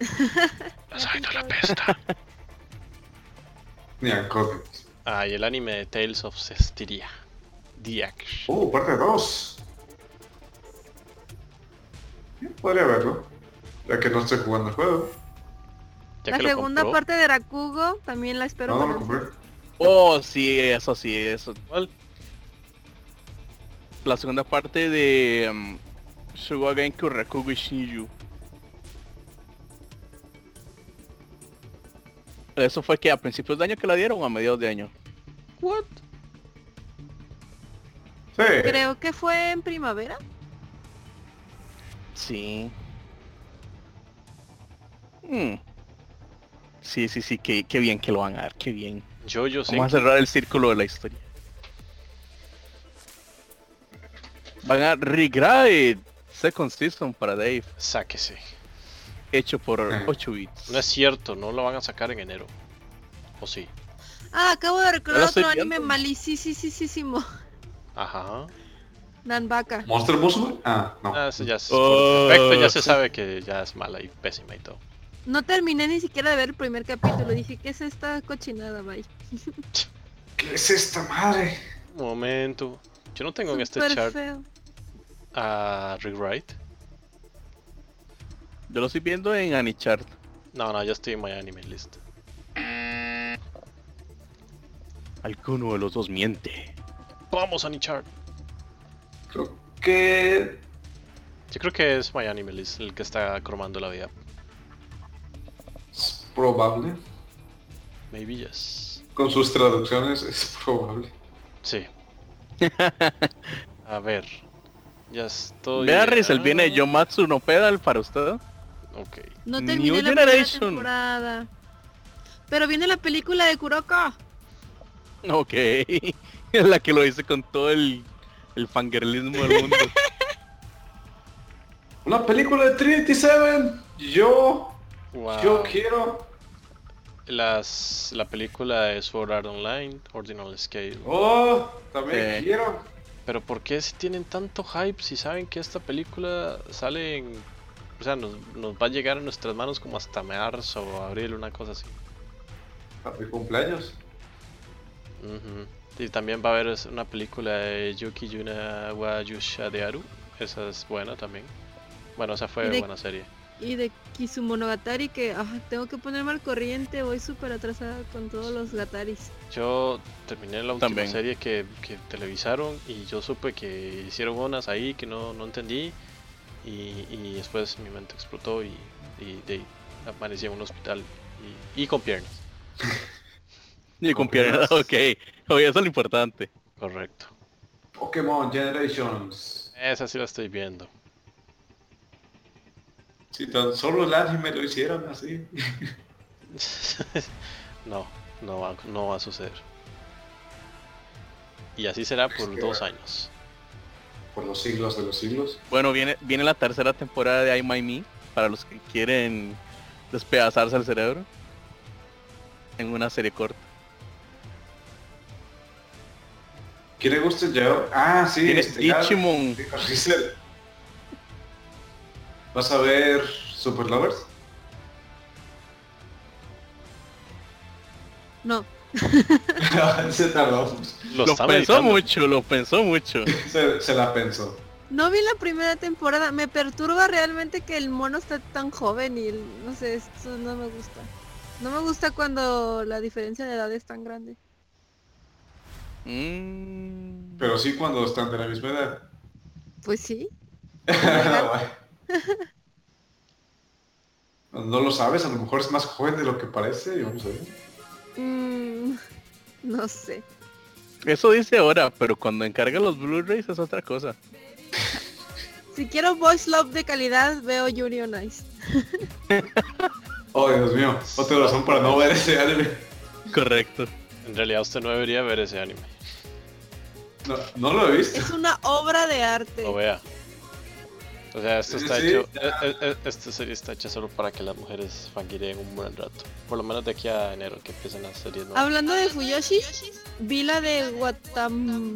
Ay, no la pesta. Ni a Code. Ah, y el anime de Tales of Cestiria. The Action. Uh, parte 2. Podría verlo. Ya que no estoy jugando el juego. Ya la que lo segunda compró. parte de Rakugo también la espero. No, no lo con compré. ansias. Oh, sí, eso sí, eso. ¿Cuál? La segunda parte de um, Shugagen Kurakugo Shinju. Eso fue que a principios de año que la dieron o a mediados de año. What? Sí. Creo que fue en primavera. Sí. Mm. Sí, sí, sí, qué, qué bien que lo van a dar, qué bien. Yo, yo sí. Vamos a cerrar el círculo de la historia. Van a regrade Second Season para Dave, Sáquese. hecho por Ah. 8 bits. No es cierto, no lo van a sacar en enero. ¿O sí? Ah, acabo de recordar estoy otro anime viendo. malísimo. Ajá. Nanbaka. ¿Monster Musume? Ah, no. Ah, eso ya es Oh. perfecto, ya se sabe que ya es mala y pésima y todo. No terminé ni siquiera de ver el primer capítulo. Dije, ¿qué es esta cochinada, bye? ¿Qué es esta madre? Un momento. Yo no tengo en este Súper chart feo. a Rewrite. Yo lo estoy viendo en Anichart. No, no, yo estoy en my anime list. Alguno de los dos miente. Vamos a Nichart. Creo que... Yo creo que es my anime list el que está cromando la vida. Es probable. Maybe yes. Con sus traducciones es probable. Sí. a ver. Ya estoy. Vea Rizel, viene Ah, Yomatsu no Pedal para usted. Ok. No New terminé la primera Generation. temporada. Pero viene la película de Kuroko. Ok. Es la que lo dice con todo el, el fangirlismo del mundo. Una película de Trinity 7. Yo... Wow. Yo quiero... Las, la película es Sword Art Online, Ordinal Scale. Oh, también Eh. quiero. Pero ¿por qué si tienen tanto hype si saben que esta película sale en... O sea, nos, nos va a llegar a nuestras manos como hasta marzo o abril, una cosa así. A mi cumpleaños. Ujú. Y también va a haber es- una película de Yuki Yuna wa Yusha de Aru. Esa es buena también. Bueno, esa fue Y de- buena serie. Y de Kisumonogatari que ah, tengo que ponerme al corriente, voy súper atrasada con todos los gataris. Yo terminé la última También. serie que, que televisaron y yo supe que hicieron unas ahí que no, no entendí. Y, y después mi mente explotó y, y de ahí aparecí en un hospital y, y con piernas. y con piernas. Ok. Oye, eso es lo importante. Correcto. Pokémon Generations. Esa sí la estoy viendo. Si tan solo el anime lo hicieran así. no, no va, no va a suceder. Y así será por que dos va. años. Por los siglos de los siglos. Bueno, viene, viene la tercera temporada de I My Me para los que quieren despedazarse el cerebro en una serie corta. ¿Quién le gusta yo? Ah, sí, Tiene este ya- Ichimon. Sí, Rizel. ¿Vas a ver Super Lovers? No, se tardó. Lo, Lo está pensó meditando. mucho, lo pensó mucho. Se, se la pensó. no vi la primera temporada. Me perturba realmente que el mono esté tan joven y el- no sé, eso no me gusta. No me gusta cuando la diferencia de edad es tan grande. Mm. Pero sí cuando están de la misma edad. Pues sí. Legal. no lo sabes, a lo mejor es más joven de lo que parece. y vamos a ver. Mm, no sé. Eso dice ahora, pero cuando encarga los Blu-rays es otra cosa. Si quiero voice love de calidad, veo Yuri on Ice. Oh, Dios mío. Otra razón para no ver ese anime. Correcto. En realidad usted no debería ver ese anime. No, no lo he visto. Es una obra de arte. Lo vea. O sea, esto Sí, está sí, hecho. ya. e- e- e- Esta serie está hecha solo para que las mujeres fangireen un buen rato. Por lo menos de aquí a enero que empiecen las series nuevas. Hablando de Fuyoshi, vi la de Guatam...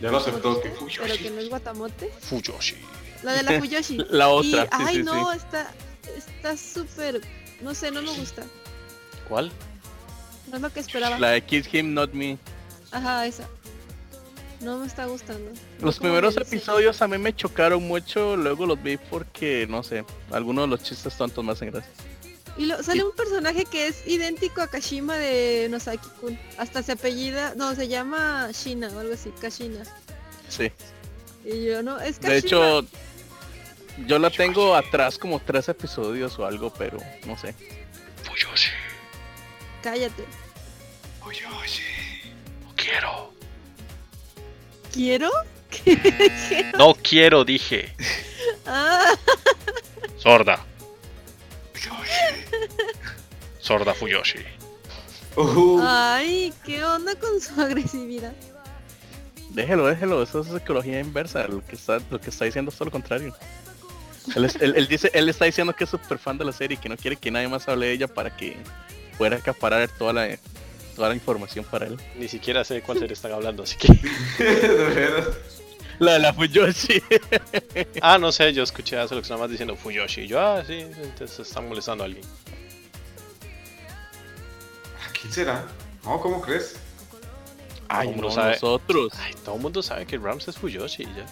Ya lo aceptó. Fuyoshi, Pero que no es Guatamote. Fuyoshi. La de la Fuyoshi. La otra, Y, sí, ay, sí, no, está... Está súper... No sé, no me gusta. ¿Cuál? No es lo que sí. esperaba. La de Kiss Him Not Me. Ajá, esa. No me está gustando. Los Como primeros que dice- episodios a mí me chocaron mucho, luego los vi porque, no sé, algunos de los chistes tontos me hacen gracia. Y lo- sale un personaje que es idéntico a Kashima de Nosaki-kun. Hasta se apellida, no, se llama Shina o algo así, Kashina. Sí. Y yo no, es Kashima. De hecho, yo la tengo atrás como tres episodios o algo, pero no sé. Fuyoshi, cállate. Fuyoshi. No quiero. ¿Quiero? No quiero, dije. Ah, Sorda. Sorda Fuyoshi. Uh. Ujú. Ah. ay, ¿qué onda con su agresividad? Déjelo, déjelo, eso es psicología inversa, lo que está, lo que está diciendo es todo lo contrario. Él, es- él- él dice, él está diciendo que es super fan de la serie y que no quiere que nadie más hable de ella para que pueda acaparar toda la, toda la información para él. Ni siquiera sé de cuál serie están hablando, así que. De veras. La de la Fuyoshi. Ah, no sé, yo escuché hace lo que nada más diciendo Fuyoshi. Y yo, ah, sí, entonces están molestando a alguien. ¿A quién será? No, ¿cómo crees? Ay, Como no, sabe- nosotros. Ay, todo el mundo sabe que Rams es Fuyoshi y ya.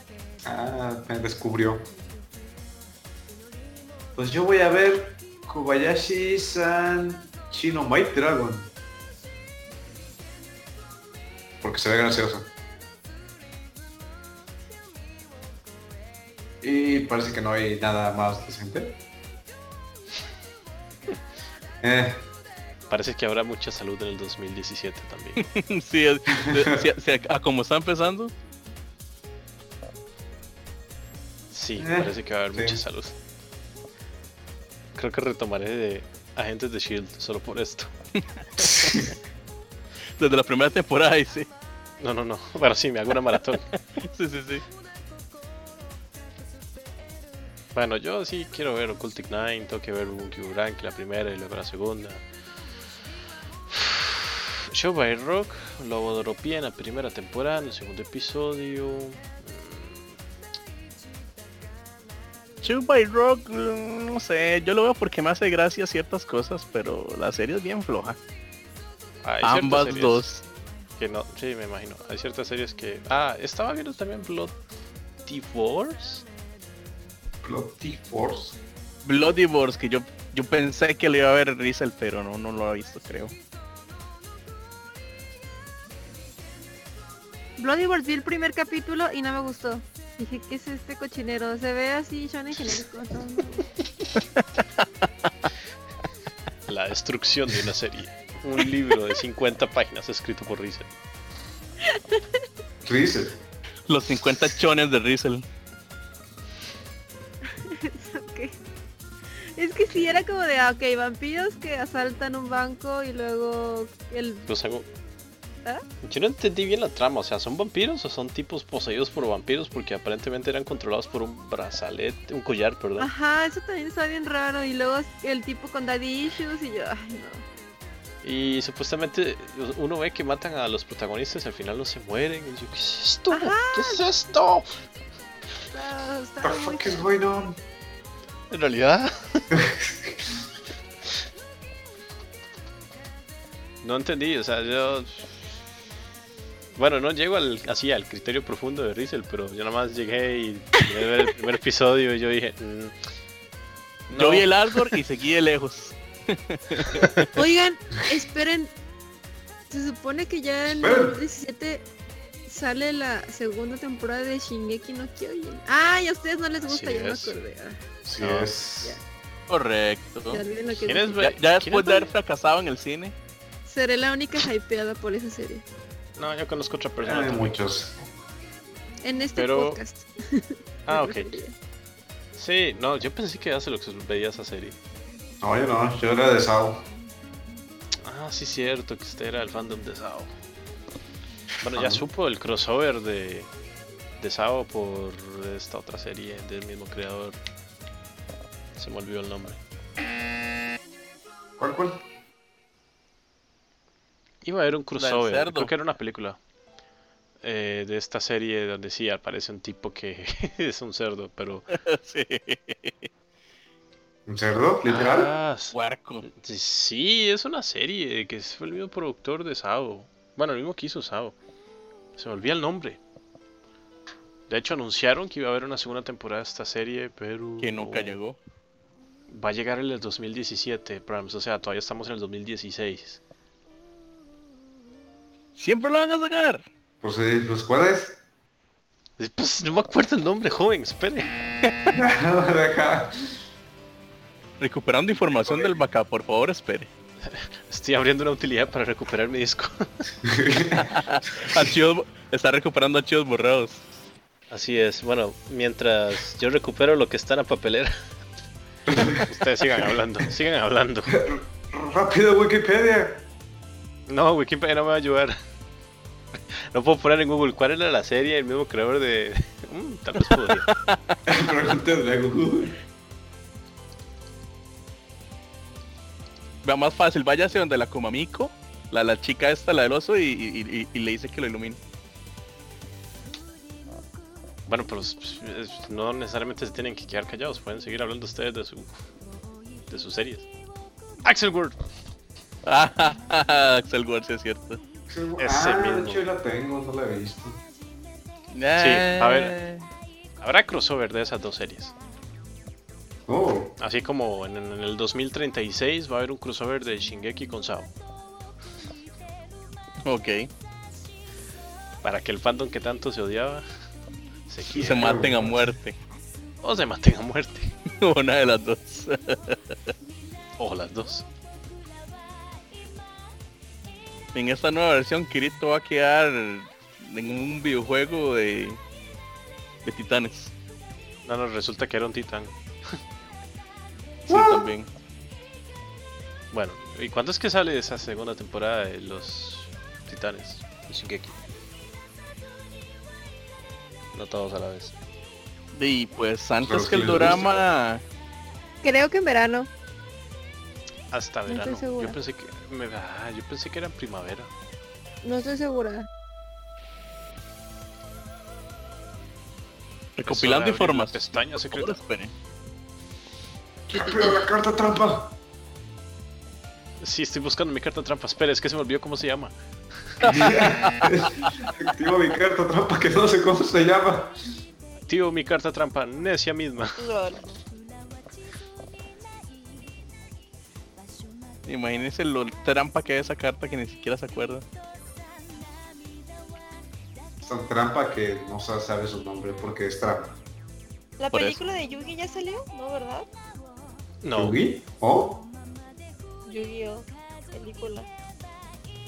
Ah, me descubrió. Pues yo voy a ver Kobayashi-san Chino Might Dragon. Porque se ve gracioso. Y parece que no hay nada más decente. Eh, Parece que habrá mucha salud en el 2017 también. sí, es- sí, sí, a, a como está empezando. Sí, Eh, parece que va a haber sí. mucha salud. Creo que retomaré de Agentes de Shield E solo por esto. Desde la primera temporada, y sí. No, no, no. Bueno, sí, me hago una maratón. Sí, sí, sí. Bueno, yo sí quiero ver Occultic Nine, tengo que ver Bunkyu Rank, la primera y luego la segunda. Show by Rock, lo dropié en la primera temporada, en el segundo episodio. Shoot by Rock, mm, no sé, yo lo veo porque me hace gracia ciertas cosas, pero la serie es bien floja. Hay ciertas Ambas series dos. Que no, sí, me imagino. Hay ciertas series que. Ah, estaba viendo también Blood Divorce. Plotty Force. Blood Divorce, que yo, yo pensé que le iba a ver Rizel, pero no, no lo ha visto, creo. Bloody Wars vi el primer capítulo y no me gustó. Dije, ¿qué es este cochinero? Se ve así, shonen genérico. no, no me gusta. La destrucción de una serie. Un libro de 50 páginas escrito por Rizel. Rizel. Los 50 chones de Rizel. Ok. Es que sí, era como de, ah, ok, vampiros que asaltan un banco y luego el Los hago- ¿Ah? Yo no entendí bien la trama, o sea, ¿son vampiros o son tipos poseídos por vampiros? Porque aparentemente eran controlados por un brazalete, un collar, perdón. Ajá, eso también está bien raro. Y luego el tipo con daddy issues y yo, ay no. Y supuestamente uno ve que matan a los protagonistas y al final no se mueren. Y yo, ¿qué es esto? ¿Qué es esto? Está, está What the muy- fuck is going on? En realidad. no entendí, o sea, yo. Bueno, no llego al, así al criterio profundo de Rizel, pero yo nada más llegué y terminé de ver el primer episodio y yo dije. mm, Yo no. vi el árbol y seguí de lejos. Oigan, esperen. Se supone que ya en Esperen. 2017 sale la segunda temporada de Shingeki no Kyojin. Ay, a ustedes no les gusta, Así ya me es. acordé. Ah, Sí No. es. Correcto. ya olviden lo que ¿Quién es dije. Ya, ya ¿Quién es después de haber fracasado en el cine. Seré la única hypeada por esa serie. Ah, No, yo conozco otra persona Hay también. muchos. En este Pero- podcast. Ah, ok. Sí, no, yo pensé que hace lo que veía esa serie. No, yo no, yo era de Sao. Ah, sí, cierto, que usted era el fandom de Sao. Bueno, ya supo el crossover de, de Sao por esta otra serie del mismo creador. Se me olvidó el nombre. ¿Cuál, cuál? Iba a haber un crossover, cerdo. creo que era una película. eh, de esta serie donde sí aparece un tipo que es un cerdo, pero... Sí. ¿Un cerdo? ¿Literal? Ah, s- Puerco. Sí, es una serie que fue el mismo productor de Sao. Bueno, el mismo que hizo Sao. Se me olvida el nombre. De hecho, anunciaron que iba a haber una segunda temporada de esta serie, pero. Que nunca llegó. Va a llegar en el 2017, Prams. O sea, todavía estamos en el 2016. Siempre lo van a sacar. Pues sí, pues ¿cuál es? Eh, Pues no me acuerdo el nombre, joven, espere. de acá. Recuperando información del vaca, por favor, espere. Estoy abriendo una utilidad para recuperar mi disco. Archivos, está recuperando archivos borrados. Así es, bueno, mientras yo recupero lo que está en la papelera. Ustedes sigan hablando, sigan hablando. Rápido, Wikipedia. No, Wikipedia no me va a ayudar. No puedo poner en Google cuál era la serie, el mismo creador de. Mm, tal vez podría. Pregúntenle a Google. Vea más fácil, váyase donde la Kumamiko, la, la chica esta, la del oso, y, y- y- y le dice que lo ilumine. Bueno, pero s- s- no necesariamente se tienen que quedar callados, pueden seguir hablando ustedes de su. de sus series. Axel Word. Ah, Axel Ward, sí es cierto. Ese ah, mismo. de hecho, yo la tengo, no la he visto. Sí, a ver. Habrá crossover de esas dos series. Oh, Así como en, en el 2036 va a haber un crossover de Shingeki con Sao. Ok. Para que el fandom que tanto se odiaba se Y quiera. se maten a muerte. O se maten a muerte. Una de las dos. O las dos. En esta nueva versión, Kirito va a quedar en un videojuego de, de titanes. No, no, resulta que era un titán. Sí, también. Bueno, ¿y cuándo es que sale esa segunda temporada de los Titanes? De Shingeki. No todos a la vez. Y pues antes Pero que el sí les drama... Creo que en verano. Hasta No estoy verano. segura. yo pensé que me, ah, yo pensé que era en primavera. No estoy segura. Recopilando Es hora de abrir la información. Pestaña secreta. Espere. rápido, la carta trampa. Sí, estoy buscando mi carta trampa. Espera, es que se me olvidó cómo se llama. Activo mi carta trampa que no sé cómo se llama. Tío, mi carta trampa, necia misma. Lol. Imagínense lo trampa que es esa carta que ni siquiera se acuerda. Es tan trampa que no sa- sabe su nombre porque es trampa. ¿La Por eso. película de Yugi ya salió? No, ¿verdad? No, ¿Yugi? ¿Oh? Yu-Gi-Oh! Película.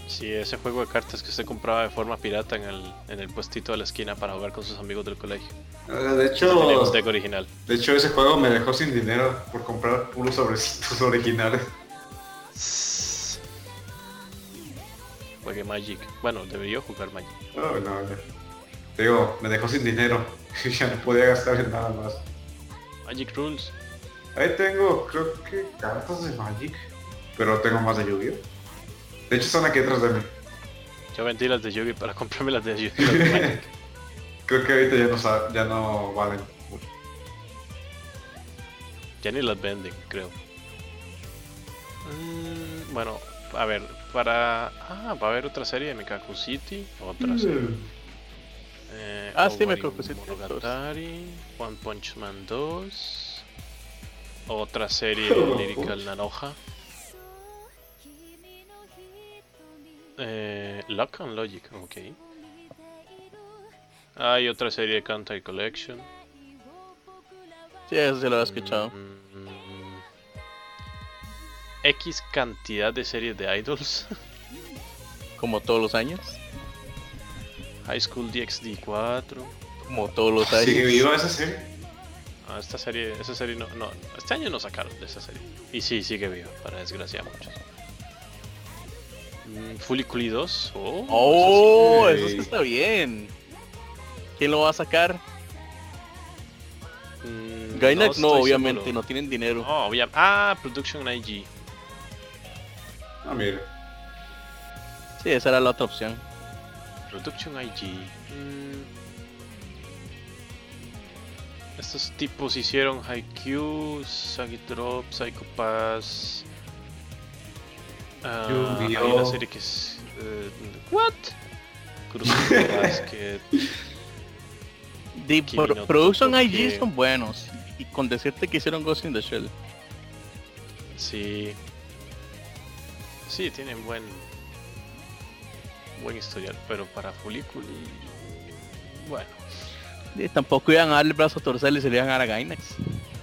sí, ese juego de cartas que usted compraba de forma pirata en el, en el puestito de la esquina para jugar con sus amigos del colegio. Eh, De Tenía hecho, un deck original. de hecho, ese juego me dejó sin dinero por comprar puros sobrecitos originales. Juegue Magic. Bueno, debería jugar Magic. Oh, no, ya. Te Digo, me dejó sin dinero. ya no podía gastar en nada más. Magic Rules. Ahí tengo, creo que cartas de Magic. Pero tengo más de Yu-Gi-Oh! De hecho, están aquí atrás de mí. Yo vendí las de Yugi para comprarme las de Yugi. las de Magic. Creo que ahorita ya no, sa- ya no valen mucho. ya ni las venden, creo. Mm, bueno, a ver, para. Ah, va a haber otra serie de Mikaku City. Mm. Otra serie. Mm. Eh, Ah, sí, Owari Mikaku City, Monogatari. One Punch Man 2. Otra serie Oh. Lyrical Nanoha. Eh, Luck and Logic, ok. Hay otra serie de Kantai Collection. Sí, eso se lo he escuchado. Mm, mm. X cantidad de series de idols. Como todos los años. High School DxD 4. como todos los años. ¿Sigue viva esa serie? No, Ah, esta serie, esa serie no, no, este año no sacaron de esa serie. Y sí, sigue viva, para desgracia a muchos. Mm, Fully 2. Oh, Oh, Eso sí. eso sí está bien. ¿Quién lo va a sacar? eso sí. Mm, Gainax no, estoy obviamente, seguro. no tienen dinero. No, obvia- Ah, Production IG. Ah, mira. Sí, esa era la otra opción. Production IG. Mm. Estos tipos hicieron Haikyuu, Sagidrop, Psychopass. Ah, hay Yu-Gi-Oh. una serie que es. eh, ¿What? Crucible Basket. The Kimi no Pro- Production Topo, IG que- son buenos. Y con decirte que hicieron Ghost in the Shell. Sí. Sí, tienen buen. Buen historial, pero para Fuliculi. Bueno, Y tampoco iban a darle el brazo a torcer y se le iban a dar a Gainax.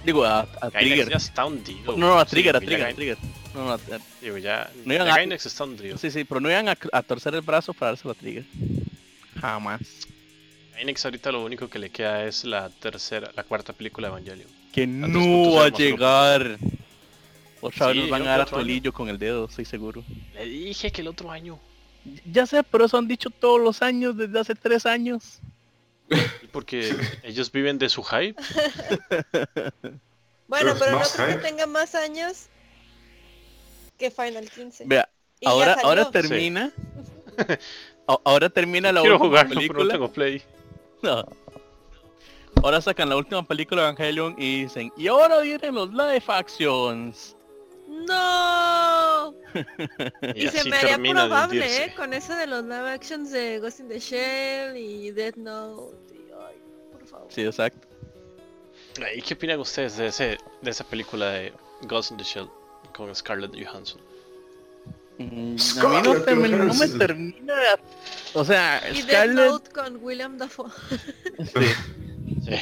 Digo, a, a Gainax Trigger. ya está hundido. No, no, a Sí, Trigger, a ya Trigger, a Gain- Trigger. No, no, a- a- Digo, ya, No ya iban a- Gainax está hundido. sí, sí, pero no iban a, a torcer el brazo para dárselo a Trigger. Jamás. Gainax ahorita lo único que le queda es la tercera, la cuarta película de Evangelion. Que tres puntos no va a éramos llegar. Otra vez Sí, nos van yo a dar a otro año. Tolillo con el dedo, estoy seguro. Le dije que el otro año. Ya sé, pero eso han dicho todos los años, desde hace tres años. Porque ellos viven de su hype. Bueno, Pero pero es no Pues más creo que hype. tenga más años que Final 15. Vea, Y ya ahora, salió. ahora termina. A- ahora termina la Quiero última jugarlo, pero no película. tengo play. No. Ahora sacan la última película de Evangelion y dicen, y ahora vienen los live actions. ¡No! Y, Y, se así me haría termina de probable, hundirse. ¿eh? Con eso de los live actions de Ghost in the Shell y Death Note. y- ay, por favor. Sí, exacto. ¿Y qué opinan ustedes de, ese, de esa película de Ghost in the Shell con Scarlett Johansson? Mm, A mí no, Scarlett termi- no me Johansson. termina de... O sea, Y Death Scarlett... Note con William Dafoe. sí. Sí.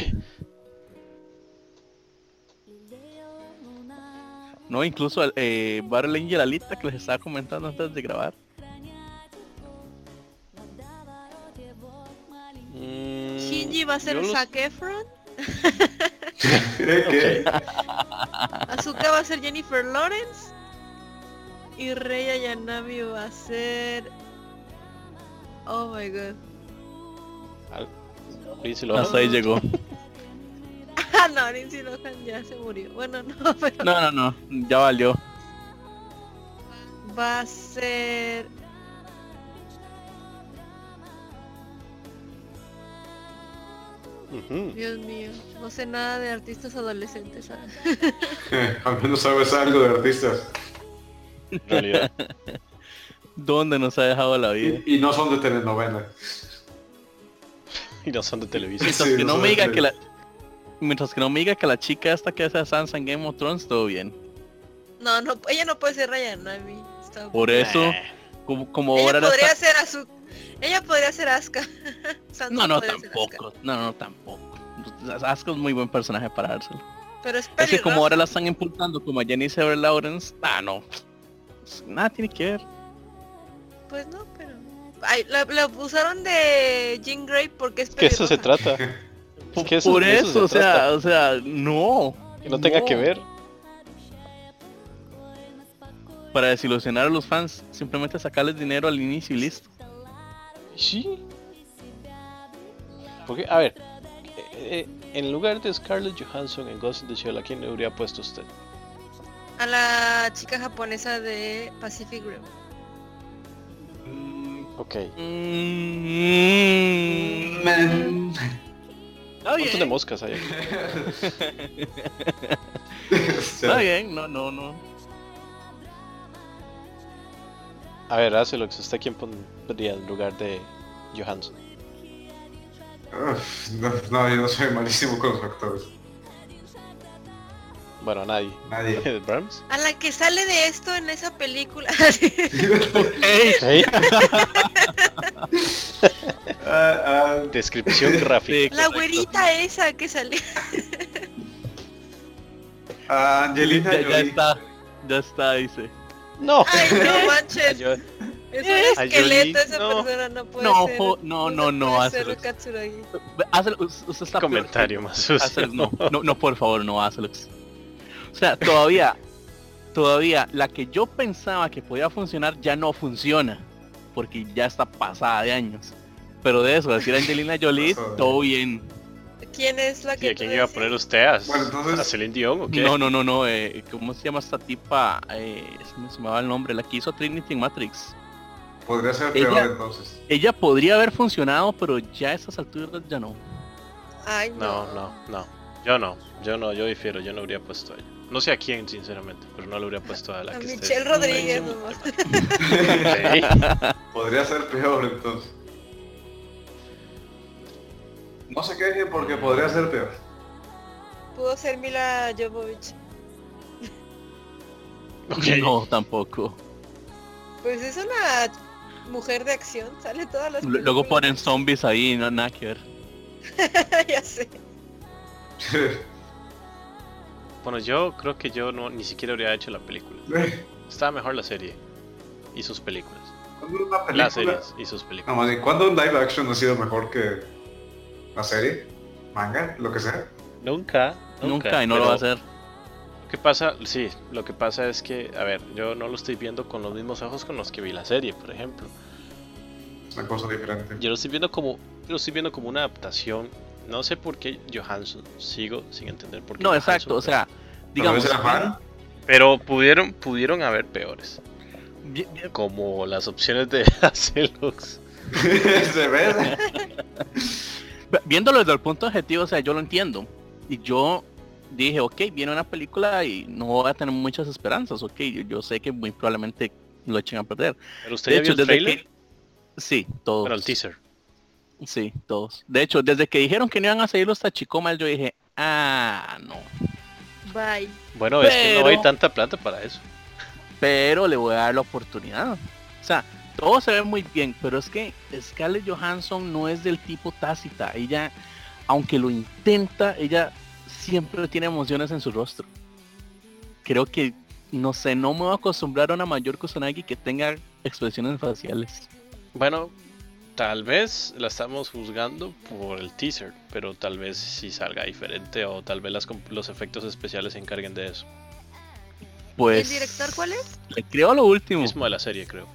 No, incluso eh, Battle Angel Alita que les estaba comentando antes de grabar. Mm, Shinji va a ser yo los- Zac Efron. ¿Cree que? Azuka va a ser Jennifer Lawrence. Y Rey Ayanami va a ser... Oh my god. Lindsay Lohan. Hasta ahí llegó. Ah, no, Lindsay Lohan ya se murió. Bueno, no, pero No, no, no. Ya valió. va a ser... Ujú. Dios mío, no sé nada de artistas adolescentes. ¿sabes? Al menos sabes algo de artistas. En realidad. ¿Dónde nos ha dejado la vida? Y, y no son de telenovela. Y no son de televisión. Mientras Sí, que no no me diga sé. que la... Mientras que no me diga que la chica esta que hace a Sansa en Game of Thrones, todo bien. No, no, ella no puede ser Rayanami. Está... Por eso, como, como Ella ahora la podría está- ser Azuka. Ella podría ser Asuka. Sansa No, no, podría ser tampoco. No, no, tampoco. Asco es muy buen personaje para dárselo. Asuka. Pero es Es que pelirroja. como ahora la están impulsando como a Jennifer Lawrence, ah, no. Nada tiene que ver. Pues no, pero... Ay, la, la usaron de Jean Grey porque es ¿Qué eso se pelirroja. trata? Por, que eso- por de eso eso, o se trata. sea, o sea, no. Que no tenga que No. ver. Para desilusionar a los fans, simplemente sacarles dinero al inicio y listo. Sí. Porque, a ver, eh, eh, en lugar de Scarlett Johansson en Ghost in the Shell, ¿a quién le habría puesto usted? A la chica japonesa de Pacific Rim. Ok. mm, Mm, Men. Está Un montón de bien. moscas hay aquí. Está bien, no, no, no. A ver, hace lo que usted quién pondría en lugar de Johansson. Uf, no, no, yo no soy malísimo con los actores. Bueno, a nadie. Nadie. ¿Brahms? A la que sale de esto en esa película. Ey, Hey, Ah, ah, descripción gráfica. sí, la correcto. güerita esa que salió. ah, Angelina Ya, ya ah, Jolie. está. Ya está, dice. No. Ah, Ay, no manches. Yo- Es Eh, un Ay, esqueleto Yuri, esa no. persona, no puede No, ser. jo- no, no, no, puede hazlo. ser Katsuragi. Hazlo, usted está peor que- comentario más sucio. Hazlo, no, no, no, por favor, no, hazlo. O sea, todavía, todavía, la que yo pensaba que podía funcionar ya no funciona, porque ya está pasada de años. Pero de eso, decir Angelina Jolie, Pasada de todo años. bien. ¿Quién es la ¿Y que a tú quién iba a decías? poner usted? ¿A, Bueno, entonces- a Celine Dion o qué? No, no, no, no, eh, ¿cómo se llama esta tipa? Eh, se me llamaba el nombre, la que hizo Trinity en Matrix. Podría ser Ella- peor entonces. Ella podría haber funcionado, pero ya a esas alturas ya no. Ay, no. No, no, no. Yo no, yo no, yo difiero, yo no habría puesto a ella. No sé a quién, sinceramente, pero no le habría puesto a la A que esté- Michelle Rodríguez Sí, nomás. Podría ser peor entonces. No se queje porque podría ser peor. Pudo ser Mila Jovovich. Ok. No, tampoco. Pues es una mujer de acción, sale todas las Lu- Luego películas. ponen zombies ahí, no, nada que ver. ya sé. Bueno, yo creo que yo no, ni siquiera habría hecho la película. ¿Cuándo Estaba mejor la serie y sus películas. una película? Las series y sus películas. No, más bien, ¿cuándo un live action ha sido mejor que la serie? ¿Manga? Lo que sea. Nunca, Nunca, y no lo pero va a hacer. Lo que pasa, sí, lo que pasa es que, a ver, yo no lo estoy viendo con los mismos ojos con los que vi la serie, por ejemplo. Es una cosa diferente. Yo lo estoy viendo como, yo lo estoy viendo como una adaptación. No sé por qué Johansson, sigo sin entender por qué. No, Johansson, exacto, o sea, ¿Tal digamos, vez pues. era fan? Pero pudieron, pudieron haber peores. vi- vi- como las opciones de Hazelux. ¿Se ve? viéndolo desde el punto objetivo, o sea, yo lo entiendo. Y yo dije, ok, viene una película y no voy a tener muchas esperanzas, ok, yo, yo sé que muy probablemente lo echen a perder. Pero usted De ya hecho, vio el desde trailer, que... Sí, todos. bueno, el teaser. Sí, todos. De hecho, desde que dijeron que no iban a seguir los tachicomas, yo dije, ah, no. Bye. Bueno, es que no Pero- hay tanta plata para eso. pero le voy a dar la oportunidad. O sea, todo se ve muy bien, pero es que Scarlett Johansson no es del tipo tácita. Ella, aunque lo intenta, ella siempre tiene emociones en su rostro. Creo que, no sé, no me voy a acostumbrar a una mayor Kusanagi que tenga expresiones faciales. Bueno, tal vez la estamos juzgando por el teaser, pero tal vez si salga diferente o tal vez las com- los efectos especiales se encarguen de eso. Pues... ¿El director cuál es? Le creo lo último. Mismo de la serie, creo.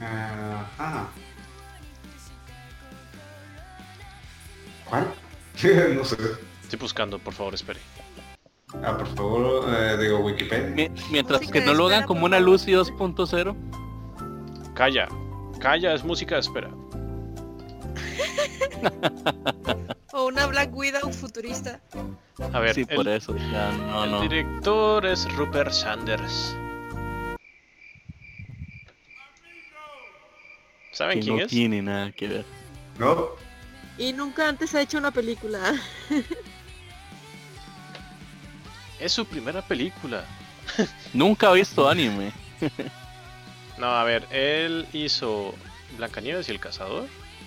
Ajá. ¿Cuál? no sé. Estoy buscando, por favor, espere. Ah, por favor, eh, digo Wikipedia. Mi- Mientras Música que no de lo espera, hagan como por una favor. Lucy 2.0. Calla, calla, es música de espera. O una Black Widow futurista. A ver, Sí, el, por eso. ya, no, el no. director es Rupert Sanders. ¿Saben Que quién no es? tiene nada que ver. ¿No? Y nunca antes ha hecho una película. Es su primera película. Nunca he visto anime. No, a ver, él hizo Blancanieves y el cazador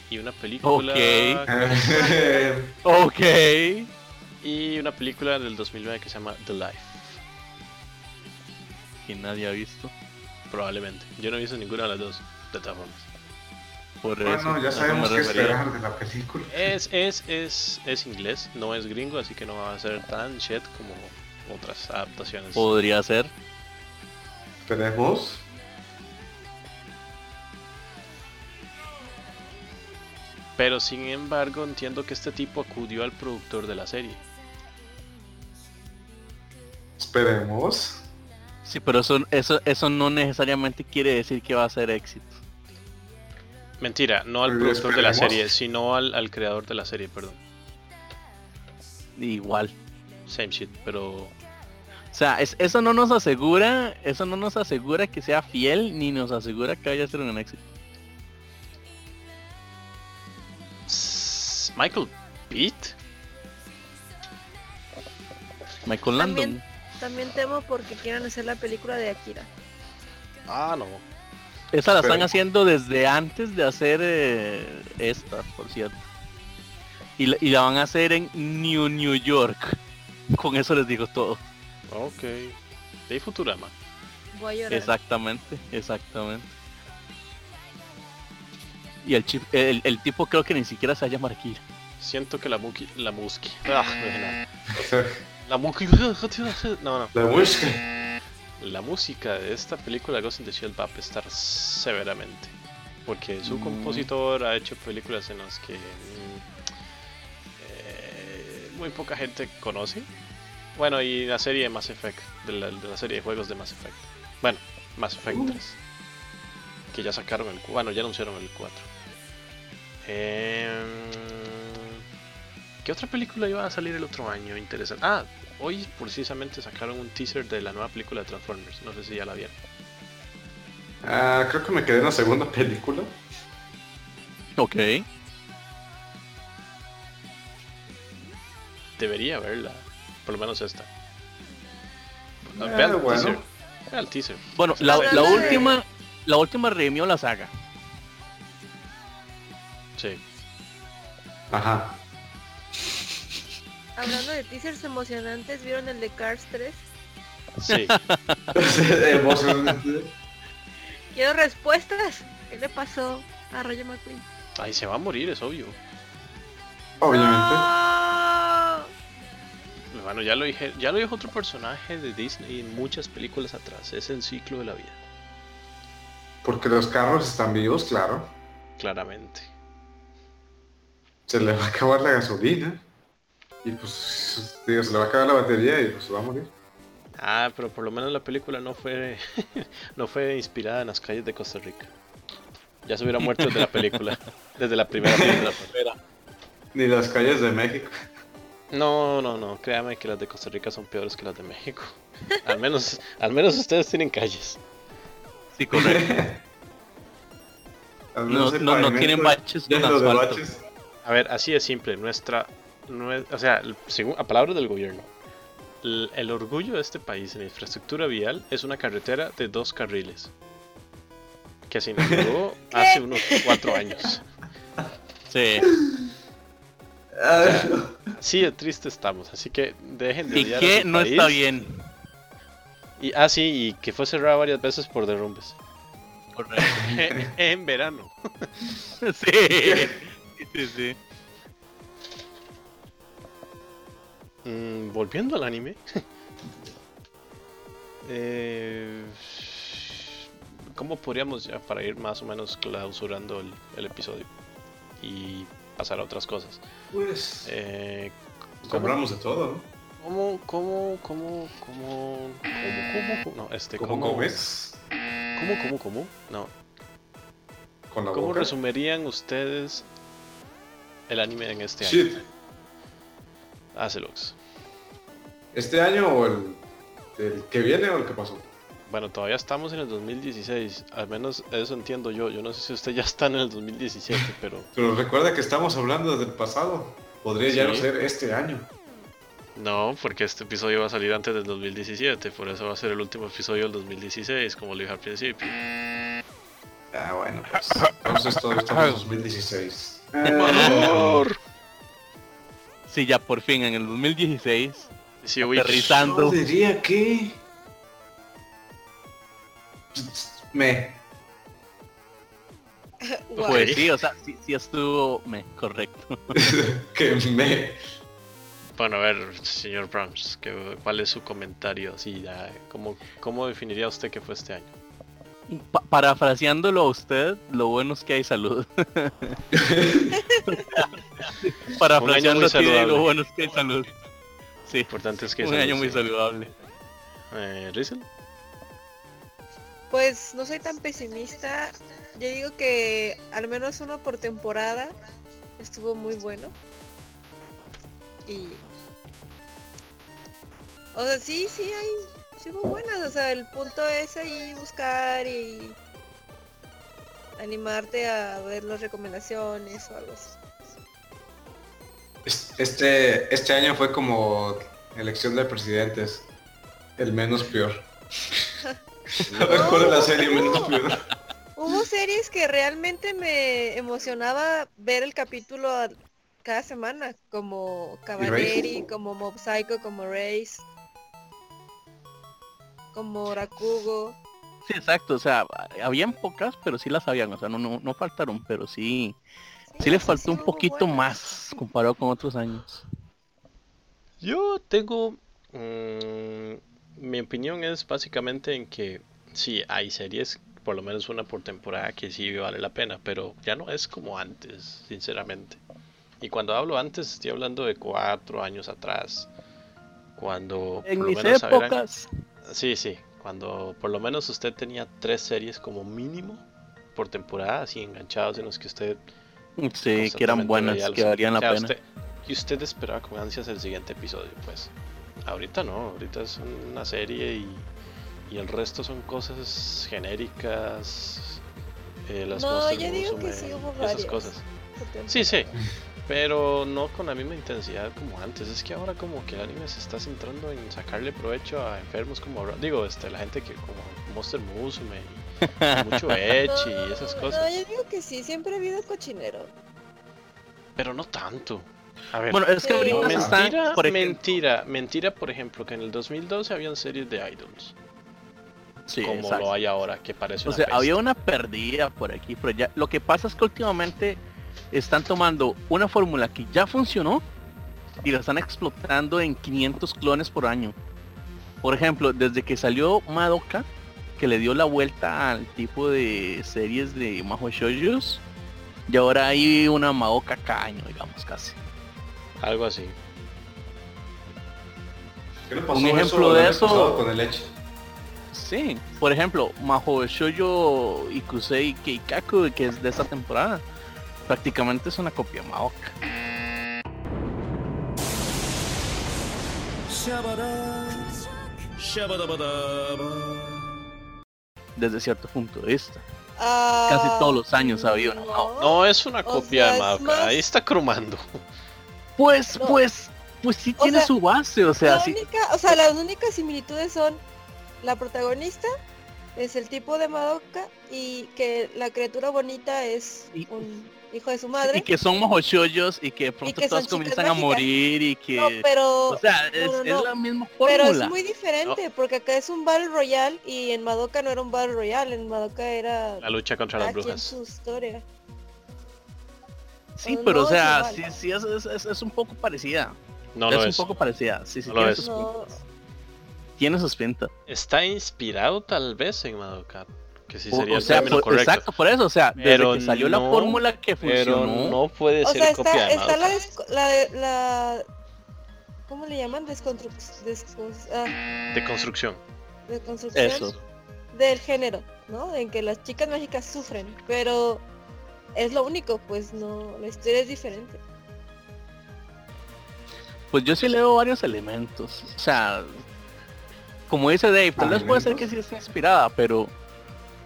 y una película Eh, Ok. y una película del 2009 que se llama The Life, Que nadie ha visto. probablemente. Yo no he visto ninguna de las dos, de todas formas. Por eso. bueno, a ya eso sabemos me qué refería. esperar de la película. Es es es es inglés, no es gringo, así que no va a ser tan shit como otras adaptaciones. Podría ser. Tenemos. Pero sin embargo, entiendo que este tipo acudió al productor de la serie. Esperemos. Sí, pero eso, eso, eso no necesariamente quiere decir que va a ser éxito. Mentira, no al Pero productor de la esperemos. serie, sino al, al creador de la serie, perdón. Igual. Same shit, pero O sea, es- eso no nos asegura, eso no nos asegura que sea fiel, ni nos asegura que vaya a ser un éxito. S- Michael Pitt. Michael También- Landon. También temo porque quieran hacer la película de Akira. Ah, no. Esa la están Pero- haciendo desde antes de hacer eh, esta, por cierto. Y la, y la van a hacer en New New York. Con eso les digo todo. Ok. de Futurama. Voy a llorar. Exactamente, exactamente. Y el, chip- el, el tipo creo que ni siquiera se haya marquilla. Siento que la Muki. La Muski. Ah, la, la Muki. No, no. La música. La música de esta película Ghost in the Shell va a apestar severamente. Porque su Mm. compositor ha hecho películas en las que mm, eh, muy poca gente conoce. Bueno, y la serie de Mass Effect, de la, de la serie de juegos de Mass Effect. Bueno, Mass Effect 3. Que ya sacaron el 4. Bueno, ya anunciaron el 4. Em, ¿Qué otra película iba a salir el otro año? Interesante. Ah, hoy precisamente sacaron un teaser de la nueva película de Transformers. No sé si ya la vieron. Ah, creo que me quedé en la segunda película. Ok. Debería verla. Por lo menos esta. Eh, Vean el bueno. teaser. Vean el teaser. Bueno, la, la Hablando de- última la última redimió la saga. Sí. Ajá. Hablando de teasers emocionantes, ¿vieron el de Cars 3? Sí. Emocionante. Quiero respuestas. ¿Qué le pasó a Rayo McQueen? Ay, se va a morir, es obvio. Obviamente. ¡No! Bueno, ya lo dije, ya lo dijo otro personaje de Disney en muchas películas atrás. Es el ciclo de la vida. Porque los carros están vivos, claro. Claramente. Se le va a acabar la gasolina. Y pues, digo, se le va a acabar la batería y pues va a morir. Ah, pero por lo menos la película no fue no fue inspirada en las calles de Costa Rica. Ya se hubiera muerto desde la película, desde la primera película. pues. Ni las calles de México. No, no, no, créame que las de Costa Rica son peores que las de México. Al menos al menos ustedes tienen calles. Sí, correcto. Al No, menos el no- no pavimento tienen baches lleno con de asfalto. baches. A ver, así de simple, nuestra nue- o sea, el- según a palabras del gobierno, el, el orgullo de este país en infraestructura vial es una carretera de dos carriles. Que se inauguró hace unos cuatro años. Sí. Ah, Así de triste estamos, así que dejen de Y odiar a que su no está país. bien. Y, ah, sí, y que fue cerrada varias veces por derrumbes. Correcto. en verano. Sí. Sí, sí. Mm, volviendo al anime. Eh, ¿Cómo podríamos ya para ir más o menos clausurando el, el episodio? Y pasar a otras cosas. pues, Eh, compramos de todo, ¿no? ¿Cómo, cómo, cómo, cómo, cómo, cómo, no, este, ¿Cómo comes? ¿Cómo, cómo, cómo? No, Con la ¿Cómo boca. resumirían ustedes el anime en este año? Ah, Shit. Azelux. ¿Este año o el, el que viene o el que pasó? Bueno, todavía estamos en el 2016, al menos eso entiendo yo. Yo no sé si usted ya está en el 2017, pero Pero recuerda que estamos hablando del pasado. Podría ya no Sí. ser este año. no, porque este episodio va a salir antes del 2017, por eso va a ser el último episodio del 2016, como lo dije al principio. Ah, bueno, pues. Entonces todavía estamos en 2016. Sí, ya por fin en el 2016, Sí, uy, Yo aterrizando. diría que. Me. Guau. Pues sí, o sea, sí, sí estuvo me, correcto. que me. Bueno, a ver, señor Browns, ¿qué- ¿cuál es su comentario? Así ya, ¿cómo, ¿Cómo definiría usted que fue este año? Pa- parafraseándolo a usted, lo bueno es que hay salud. Un año muy Parafraseando a ti, Dave, saludable. lo bueno es que hay salud. Sí, Lo importante es que... un salud, año muy sí. saludable. Eh, ¿Rizel? Pues no soy tan pesimista. Yo digo que al menos uno por temporada estuvo muy bueno. Y... O sea, sí, sí hay... Sí hubo buenas. O sea, el punto es ahí buscar y... Animarte a ver las recomendaciones o algo así. Este, este año fue como elección de presidentes. El menos peor. ¿Cuál es la serie menos peor? Hubo series que realmente me emocionaba ver el capítulo a- cada semana, como Cavalleri, como Mob Psycho, como Race, como Rakugo. Sí, exacto, o sea, habían pocas, pero sí las habían, o sea, no, no, no faltaron, pero sí, sí les sí, faltó sí, un hubo poquito buenas. más comparado con otros años. Yo tengo... mm, mi opinión es básicamente en que sí, hay series, por lo menos una por temporada, que sí vale la pena, pero ya no es como antes, sinceramente. Y cuando hablo antes, estoy hablando de cuatro años atrás. Cuando En por lo mis menos habían- épocas, Sí, sí, cuando por lo menos usted tenía tres series como mínimo por temporada, así enganchados en los que usted sí, que constantemente eran buenas, veía los- que valían la o sea, pena. usted- y usted esperaba con ansias el siguiente episodio, pues. Ahorita no, ahorita es una serie y, y el resto son cosas genéricas. eh, las No, cosas yo digo que consume, sí hubo Esas varias. cosas. Sí, sí. Pero no con la misma intensidad como antes. Es que ahora como que el anime se está centrando en sacarle provecho a enfermos como... Ra- Digo, este, la gente que como Monster Musume y mucho Echi y esas No, cosas. yo digo que sí, siempre ha habido cochinero. Pero no tanto. A ver. Bueno, es que Sí. ahorita No, Ahorita están, mentira, por ejemplo- mentira, mentira, por ejemplo, que en el 2012 habían series de idols, Sí, como exacto. lo hay ahora, que parece O una sea, peste. había una pérdida por aquí, pero ya lo que pasa es que últimamente están tomando una fórmula que ya funcionó y la están explotando en 500 clones por año. Por ejemplo, desde que salió Madoka, que le dio la vuelta al tipo de series de Majo Shoujos, y ahora hay una Madoka caño, digamos casi. algo así. ¿Qué le pasó Un eso ejemplo el de año eso- pasado Con el Edge? Sí, por ejemplo, Majo Shoujo Ikusei Keikaku, que es de esta temporada, prácticamente es una copia de Madoka. Desde cierto punto de vista. Casi todos los años había una. Ah, No, No es una O copia sea, de es Madoka, más- ahí está cromando. Pues, No. pues, pues sí O tiene sea, su base, o sea, la sí. única, o sea, las únicas similitudes son la protagonista es el tipo de Madoka y que la criatura bonita es Y- pues, un hijo de su Y madre. que son mojochoyos y que de pronto que son todos chicas comienzan a mágicas. morir y que... No, pero o sea, es, no, es no. la misma Pero fórmula. es muy diferente, porque acá es un Battle Royale y en Madoka no era un Battle Royale, en Madoka era La lucha contra cada las quien brujas. su historia. Sí, No, pero o no, sea, sí, sí, vale. sí es, es- es- es un poco parecida. No es lo un es. poco parecida. Sí, sí, No lo tiene, es. sus, No, tiene sus pintas. Está inspirado tal vez en Madoka, que sí O- sería o el sea, término por- correcto. exacto, por eso, o sea, Pero desde que salió la no- fórmula que Pero funcionó, no puede O ser sea, copia está, de está la, Madoka. desco- la, de- la- ¿Cómo le llaman? Desconstruc- descons- ah, De construcción. desconstrucción eso. del género, ¿no? En que las chicas mágicas sufren, pero es lo único, pues no, la historia es diferente. Pues yo sí le veo varios elementos. O sea, como dice Dave, tal vez puede ser que sí esté inspirada, pero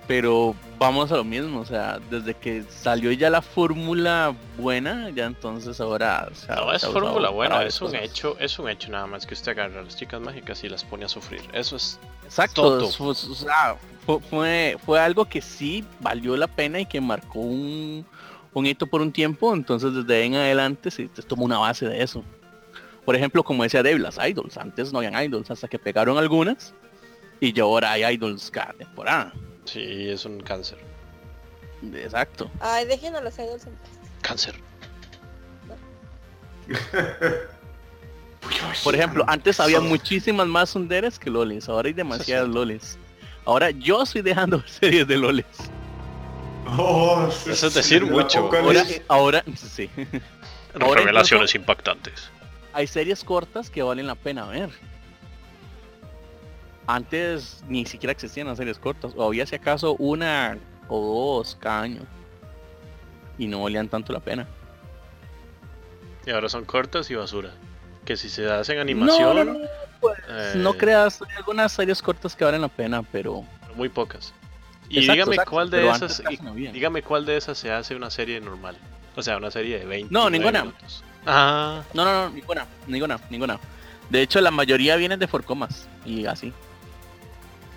pero vamos a lo mismo, o sea, desde que salió ya la fórmula buena, ya entonces ahora... o sea, No es se ha usado fórmula para buena, varias es un cosas. hecho, es un hecho nada más que usted agarra a las chicas mágicas y las pone a sufrir. Eso es Exacto, Toto. es- fue, o sea, fue, fue- fue algo que sí valió la pena y que marcó un, un hito por un tiempo, entonces desde ahí en adelante se, se tomó una base de eso. Por ejemplo, como decía Dave, las idols, antes no habían idols, hasta que pegaron algunas y ya ahora hay idols cada temporada. sí, es un cáncer. Exacto. Ay, dejen a los idols en paz. Cáncer. Por ejemplo, antes había muchísimas más sunderes que loles, ahora hay demasiadas loles. Ahora yo estoy dejando ver series de loles. Oh, sí, Eso es sí, decir el mucho. Ahora, apocalipsis. ahora, sí. Ahora Revelaciones impactantes. hay series cortas que valen la pena ver. Antes ni siquiera existían las series cortas, o había si acaso una o dos cada año. Y no valían tanto la pena. Y ahora son cortas y basura. Que si se hacen animación, No, no, no, pues, eh, no creas, hay algunas series cortas que valen la pena, pero... muy pocas. Y Exacto, dígame exacto, cuál de pero antes esas, casi y- no había. dígame cuál de esas se hace una serie normal. O sea, una serie de 20. No, ninguna. minutos. Ah, No, no, no, ninguna, ninguna, ninguna. De hecho, la mayoría vienen de Forcomas y así.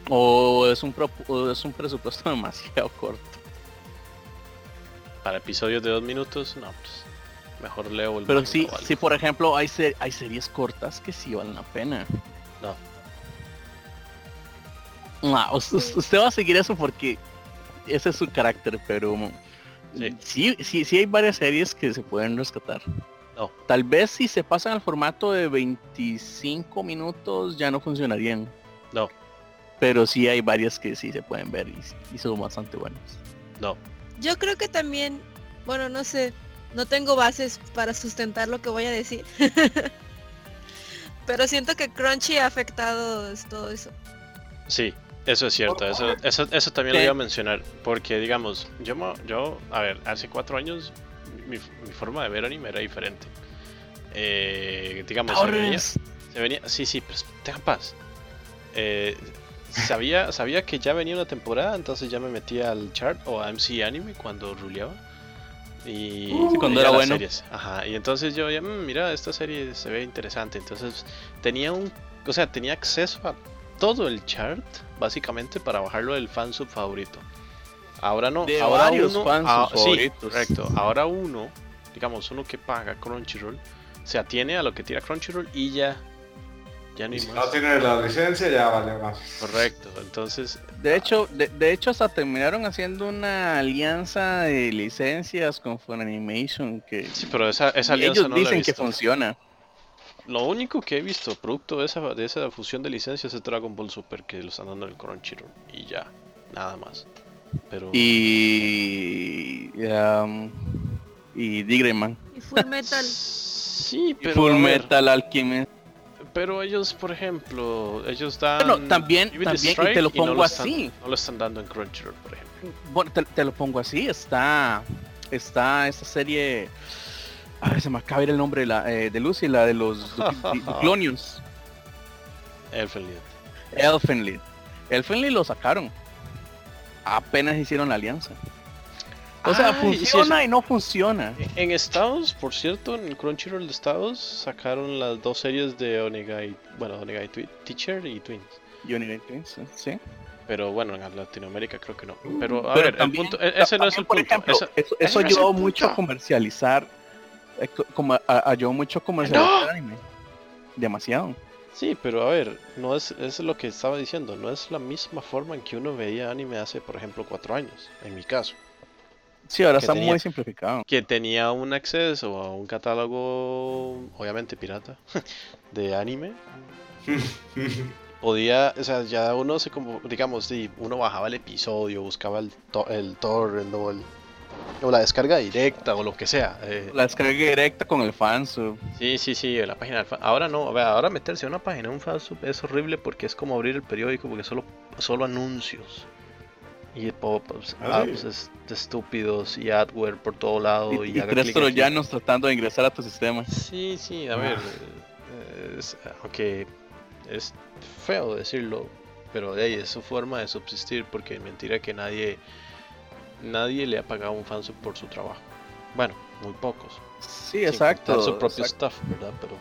O es un, pro- o es un presupuesto demasiado corto. para episodios de dos minutos, no, pues. Mejor leo el Pero manga sí, o algo. sí, por ejemplo, hay, se- hay series cortas que sí valen la pena. No. Ah, us- us- usted va a seguir eso porque ese es su carácter, pero sí. Sí, sí, hay varias series que se pueden rescatar. No. Tal vez si se pasan al formato de 25 minutos ya no funcionarían. No. Pero sí hay varias que sí se pueden ver y, y son bastante buenas. No. Yo creo que también, bueno, no sé, no tengo bases para sustentar lo que voy a decir. Pero siento que Crunchy ha afectado es- todo eso. Sí, eso es cierto. Eso, eso, eso también lo Sí. iba a mencionar. Porque, digamos, yo, mo- yo a ver, hace cuatro años mi, mi forma de ver anime era diferente. Eh, digamos, se veía, se venía- sí, sí, pero tengan paz. Eh, sabía, sabía que ya venía una temporada, entonces ya me metía al chart o a MC Anime cuando ruleaba. Y Sí, Uh, cuando veía era las bueno. series. Ajá, y entonces yo, veía, "Mm, mira, esta serie se ve interesante. Entonces tenía un, o sea, tenía acceso a todo el chart, básicamente, para bajarlo del fansub favorito. Ahora no, De ahora varios uno, fansubs ah, sí, favoritos. correcto. Ahora uno, digamos, uno que paga Crunchyroll, se atiene a lo que tira Crunchyroll y ya. Ya no Y hay si más. no Ah, tiene la licencia, ya vale más. Correcto, entonces, De hecho, de, de hecho hasta terminaron haciendo una alianza de licencias con Funimation que sí, pero esa, esa alianza ellos no la he dicen que visto. funciona. Lo único que he visto, producto de esa, de esa fusión de licencias, es Dragon Ball Super, que lo están dando en el Crunchyroll. Y ya, nada más. Pero y um, y Digreman Y Full Metal. Sí, pero. Full a ver, Metal Alchemist Pero ellos, por ejemplo, ellos dan. bueno también Even también y Strike te lo no pongo están- así no lo están dando en Crunchyroll, por ejemplo. bueno te, te lo pongo así está está esta serie ay, se me acaba de ir el nombre de la eh, de Lucy la de los Du- Du- Duclonians Elfen Lied. Elfenly Elfenly lo sacaron apenas hicieron la alianza o sea Ay, sí, funciona y no funciona En Estados, por cierto, en Crunchyroll de Estados sacaron las dos series de Onegai, bueno, Onegai Twi- Teacher y Twins. Johnny Depp, sí, sí. Pero bueno, en Latinoamérica creo que no. Pero a Pero ver, también- el punto, e- ese no también, es el por punto. ejemplo, esa- eso, ese eso no es el ayudó punto. mucho a comercializar eh, co- como a- a- ayudó mucho a comercializar el anime demasiado Sí, pero a ver, no es, es lo que estaba diciendo, no es la misma forma en que uno veía anime hace, por ejemplo, cuatro años, en mi caso. sí ahora Que está tenía- muy simplificado Que tenía un acceso a un catálogo, obviamente pirata, de anime, podía, o sea, ya uno se como, digamos, sí, uno bajaba el episodio, buscaba el, to- el torrent o, el- o la descarga directa o lo que sea. eh, la descarga directa con el fansub Sí, sí, sí, en la página del fan. Ahora no, a ver, ahora meterse a una página de un fansub es horrible porque es como abrir el periódico porque solo, solo anuncios. Y pop-ups, Ah, sí. apps es- estúpidos y adware por todo lado. y, Oh, Y, y haga tres clic aquí. troyanos tratando de ingresar a tu sistema Sí, sí, a Ah. ver. eh, es- aunque es feo decirlo, pero de ahí es su forma de subsistir, porque mentira que nadie nadie le ha pagado un fansub por su trabajo. Bueno, muy pocos. sí sin exacto, contar su propio exacto. staff, ¿verdad? Pero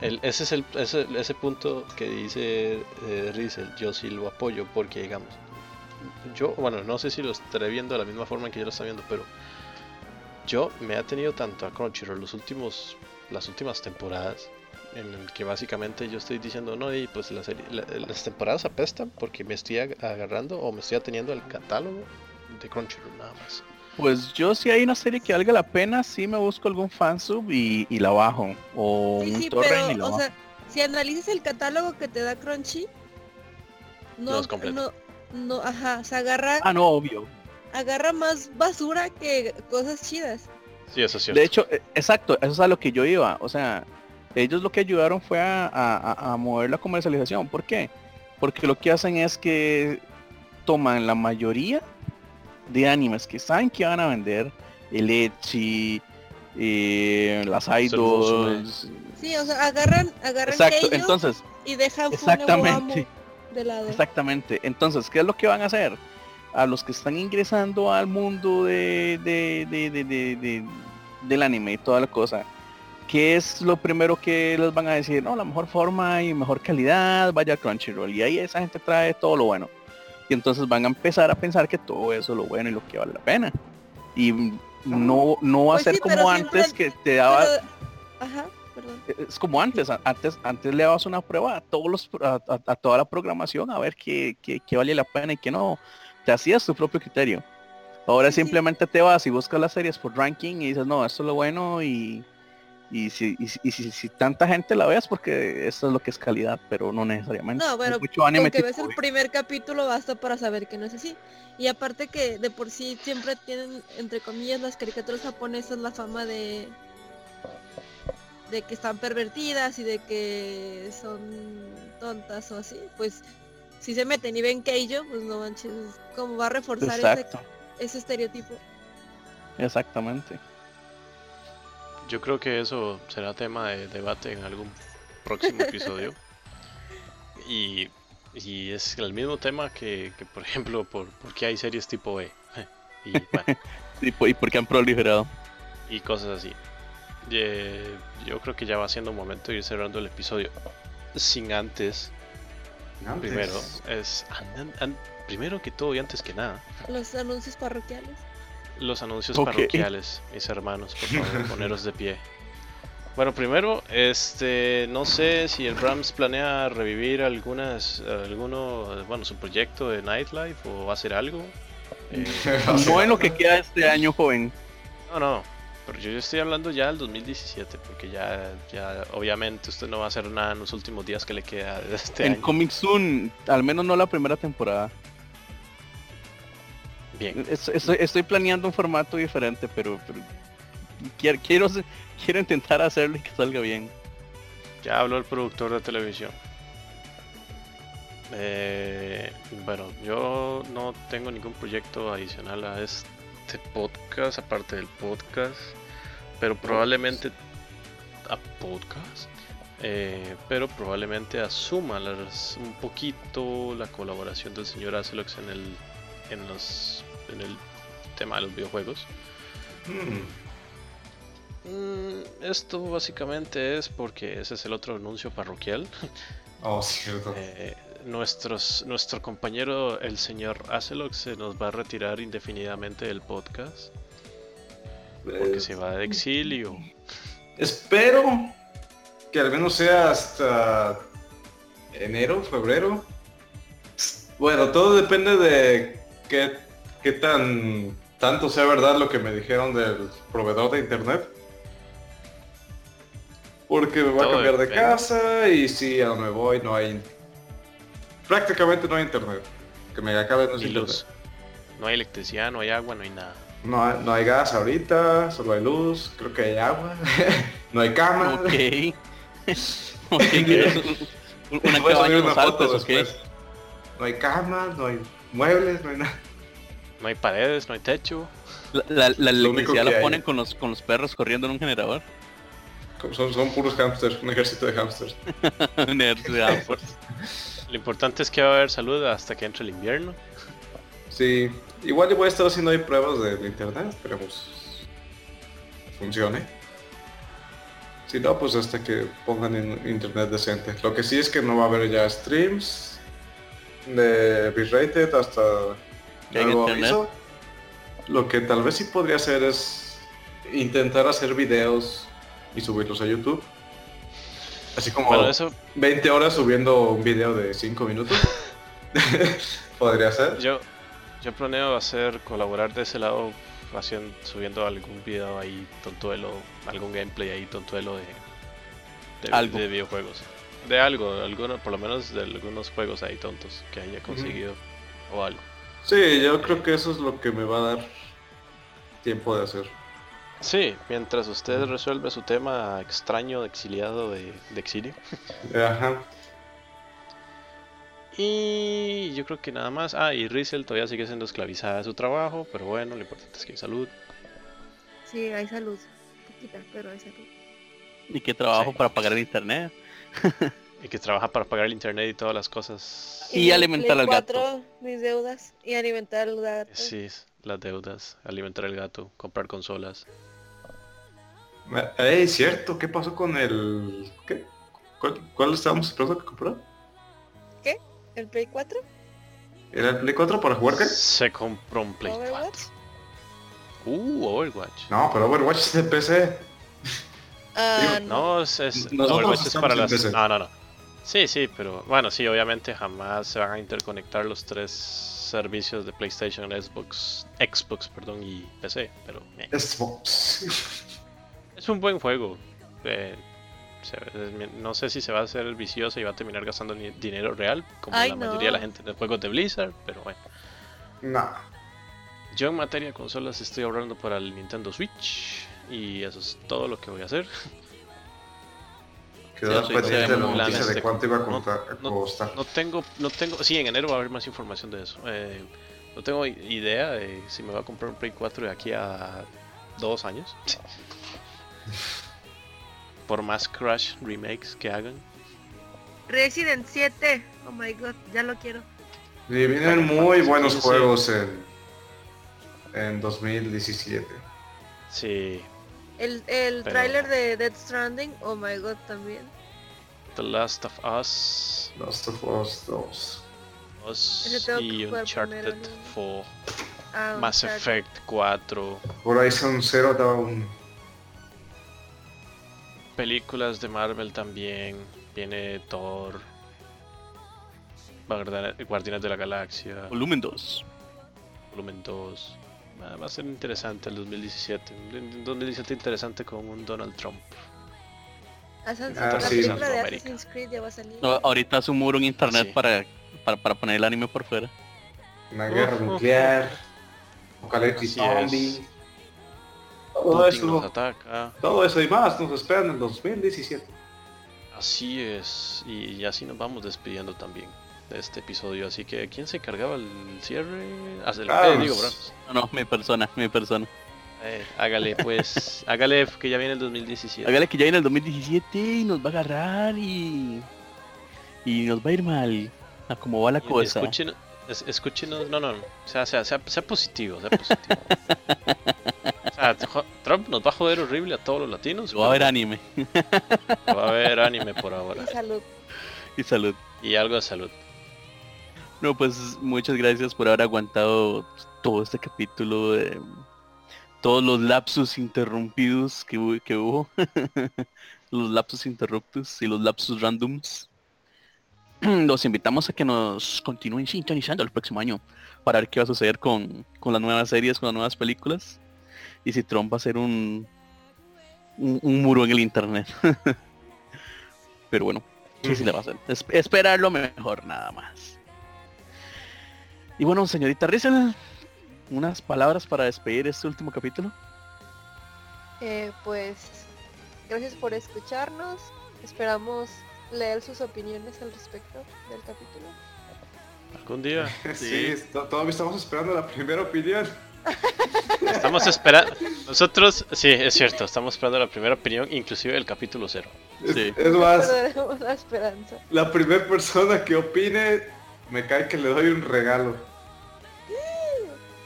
el- ese es el ese, ese punto que dice eh, Rizel, yo sí lo apoyo, porque digamos, yo, bueno, no sé si lo estaré viendo de la misma forma en que yo lo está viendo, pero yo me ha tenido tanto a Crunchyroll los últimos, las últimas temporadas en el que básicamente yo estoy diciendo no y pues la serie- la- las temporadas apestan porque me estoy ag- agarrando o me estoy ateniendo al catálogo de Crunchyroll nada más. pues yo si hay una serie que valga la pena sí me busco algún fansub y, y la bajo o Sí, un sí, torrent y la pero, bajo o sea, si analizas el catálogo que te da Crunchy, No no, es completo. no, no, ajá, se agarra, ah no obvio agarra más basura que cosas chidas. Sí, eso es De hecho, e- exacto, eso es a lo que yo iba. O sea, ellos lo que ayudaron fue a, a- a- a mover la comercialización. ¿Por qué? Porque lo que hacen es que toman la mayoría de animes que saben que van a vender, el eh, Echi, las idols. Sí, o sea, agarran, agarran Exacto, ellos entonces, y dejan exactamente. Funeboamu de lado. Exactamente. Entonces, ¿qué es lo que van a hacer? A los que están ingresando al mundo de, de- de- de- de- de- del anime y toda la cosa, ¿qué es lo primero que les van a decir? No, la mejor forma y mejor calidad, vaya a Crunchyroll. Y ahí esa gente trae todo lo bueno. Y entonces van a empezar a pensar que todo eso es lo bueno y lo que vale la pena. Y no, no va a Pues ser sí, pero como siempre- antes que te daba... Pero- ajá, perdón. Es como antes, a- antes, antes le dabas una prueba a todos los pro- a, a- a toda la programación a ver qué, qué- qué valía la pena y qué no. Te hacías tu propio criterio. Ahora Sí, sí. simplemente te vas y buscas las series por ranking y dices, no, esto es lo bueno y, y si, y si- y si- si tanta gente la veas porque esto es lo que es calidad, pero no necesariamente. No, Hay bueno, mucho anime Porque tipo ves el de- primer capítulo basta para saber que no es así. Y aparte que de por sí siempre tienen, entre comillas, las caricaturas japonesas la fama de de que están pervertidas y de que son tontas o así, pues si se meten y ven Keijo, pues no manches, como va a reforzar ese, Exacto, ese estereotipo. exactamente. Yo creo que eso será tema de debate en algún próximo episodio. Y, y es el mismo tema que, que, por ejemplo, por, por qué hay series tipo B. Y, bueno, Y, por- y porque han proliferado. y cosas así. Y, eh, yo creo que ya va siendo momento de ir cerrando el episodio. Sin antes, Antes. primero, es andan- an- primero que todo y antes que nada, Los anuncios parroquiales. Los anuncios Ok. parroquiales, mis hermanos, por favor, poneros de pie. Bueno, primero, este, no sé si el Brahms planea revivir algunas, alguno, eh, bueno, su proyecto de Nightlife o va a hacer algo. Eh, No es lo que queda este año, joven. no, no, pero yo, yo estoy hablando ya del 2017, porque ya, ya, obviamente usted no va a hacer nada en los últimos días que le queda de este En año. Comic Soon, al menos no la primera temporada. Bien, Es- Estoy, estoy planeando un formato diferente, pero, pero quiero, quiero, se- quiero intentar hacerlo y que salga bien. ya habló el productor de televisión. Eh, bueno, yo no tengo ningún proyecto adicional a este podcast, aparte del podcast, pero probablemente a podcast, eh, pero probablemente asuma las- un poquito la colaboración del señor Acelox en el, en los, en el tema de los videojuegos. Mm, esto básicamente es porque ese es el otro anuncio parroquial. Oh, cierto. Eh, nuestros, nuestro compañero, el señor Acelox, se nos va a retirar indefinidamente del podcast porque Eh, se va de exilio. Espero que al menos sea hasta enero, febrero. Bueno, todo depende de qué, qué tan tanto sea verdad lo que me dijeron del proveedor de internet. Porque me va a Todo cambiar de depende. casa y si a donde voy no hay... Prácticamente no hay internet. Que me acabe no Y luz. No hay electricidad, no hay agua, no hay nada. No hay, no hay gas ahorita, solo hay luz, creo que hay agua, no hay cama. Ok. ok, que es un- una Voy a cabaña subir en una los foto Alpes, ok. después. No hay camas, no hay muebles, no hay nada. No hay paredes, no hay techo. La, la- la Lo único electricidad que la hay. ponen con los, con los perros corriendo en un generador. Son, son puros hamsters, un ejército de hamsters. Universidad, por- Lo importante es que va a haber salud hasta que entre el invierno. Sí, igual yo voy a estar haciendo ahí pruebas de, de internet, esperemos funcione. Si no, pues hasta que pongan en internet decente. Lo que sí es que no va a haber ya streams de bitrated hasta Que haya nuevo internet. aviso. Lo que tal vez sí podría hacer es intentar hacer videos y subirlos a YouTube. Así como Bueno, eso 20 horas subiendo un video de 5 minutos. podría ser. yo, yo planeo hacer colaborar de ese lado, haciendo, subiendo algún video ahí tontuelo, algún gameplay ahí tontuelo de, de, Algo. de videojuegos. De algo, de alguno, por lo menos de algunos juegos ahí tontos que haya conseguido o algo. Sí, yo creo que eso es lo que me va a dar tiempo de hacer. Sí, mientras usted resuelve su tema extraño de exiliado de, de exilio. Ajá. Y yo creo que nada más. Ah, y Rizel todavía sigue siendo esclavizada de su trabajo, pero bueno, lo importante es que hay salud. Sí, hay salud. Poquita, pero hay salud. y que trabajo Sí. para pagar el internet. Y que trabaja para pagar el internet y todas las cosas. Y mi alimentar Play al gato. 4, mis deudas. Y alimentar al gato. Sí, es- las deudas, alimentar al gato, comprar consolas. Eh, cierto, ¿qué pasó con el... ¿Qué? ¿Cuál, cuál estábamos esperando que comprara? ¿El Play 4? ¿Era el Play 4 para jugar qué? Se compró un Play ¿Overwatch? 4. Uh, Overwatch. No, pero Overwatch es de PC. Ah, no. No, es, es, Nosotros Overwatch es estamos para en las. Ah, PC. No, no, no. Sí, sí, pero bueno, sí, obviamente jamás se van a interconectar los tres servicios de PlayStation, Xbox, Xbox, perdón, y PC, pero eh, Xbox. es un buen juego. eh, se- no sé si se va a hacer vicioso y va a terminar gastando ni- dinero real, como Ay, la no. mayoría de la gente de juegos de Blizzard, pero bueno. Nah. Yo en materia de consolas estoy ahorrando para el Nintendo Switch y eso es todo lo que voy a hacer. Quedaba Sí, sí, pendiente sí, de la no, noticia planes de de- cuánto iba a contar- a no- costar. No tengo, no tengo, sí, en enero va a haber más información de eso. Eh, no tengo i- idea de si me va a comprar un Play 4 de aquí a dos años. Por más Crash remakes que hagan. Resident 7. Oh my god, ya lo quiero. Y vienen muy buenos 15. juegos en, en 2017. Sí, El, el Pero- tráiler de Dead Stranding, oh my god, también. The Last of Us, Last of Us 2. Us Ese tengo que y jugar Uncharted primero, ¿no? 4, Ah, Mass Uncharted. Effect 4, Horizon Zero Dawn. películas de Marvel también, viene Thor, Guardiana- Guardianes de la Galaxia. Volumen 2. volumen 2. Va va a ser interesante el 2017. Un 2017 interesante con un Donald Trump. Assassin's- Ah, la sí. película de América. Assassin's Creed ya va a salir. No, ahorita hace un muro en internet Sí. para, para, para poner el anime por fuera. Una guerra Ujú. nuclear. Apocalipsis Así es. zombie. Todo Putin nos Oh, eso, ataca. todo eso y más nos esperan en 2017. Así es. Y, y así nos vamos despidiendo también de este episodio. Así que, ¿quién se encargaba el cierre? Ah, se lo- eh, Browns. digo, Browns. No, no, mi persona, mi persona. Eh, hágale, pues. hágale, que ya viene el 2017. Hágale que ya en el 2017 y nos va a agarrar y. Y nos va a ir mal. A como va la Y- y cosa. Escuchen, es- escúchenos, no, no, o sea, sea, sea, sea positivo, sea positivo. O sea, jo- Trump nos va a joder horrible a todos los latinos. Va a haber pero anime. va a haber anime por ahora. Y salud. Y salud. Y algo de salud. No, pues muchas gracias por haber aguantado todo este capítulo, eh, todos los lapsus interrumpidos que, hu- que hubo, los lapsus interruptus y los lapsus randoms. Los invitamos a que nos continúen sintonizando el próximo año para ver qué va a suceder con, con las nuevas series, con las nuevas películas y si Trump va a ser un, un, un muro en el internet. Pero bueno, ¿qué se le va a hacer? Es- esperar lo mejor nada más. Y bueno, señorita Rizel, unas palabras para despedir este último capítulo. Eh, pues gracias por escucharnos. Esperamos leer sus opiniones al respecto del capítulo. Algún día. Sí, to- todavía estamos esperando la primera opinión. Estamos esperando. Nosotros, sí, es cierto, estamos esperando la primera opinión, inclusive el capítulo cero. Sí. Es más, Perderemos la esperanza. la primera persona que opine, me cae que le doy un regalo.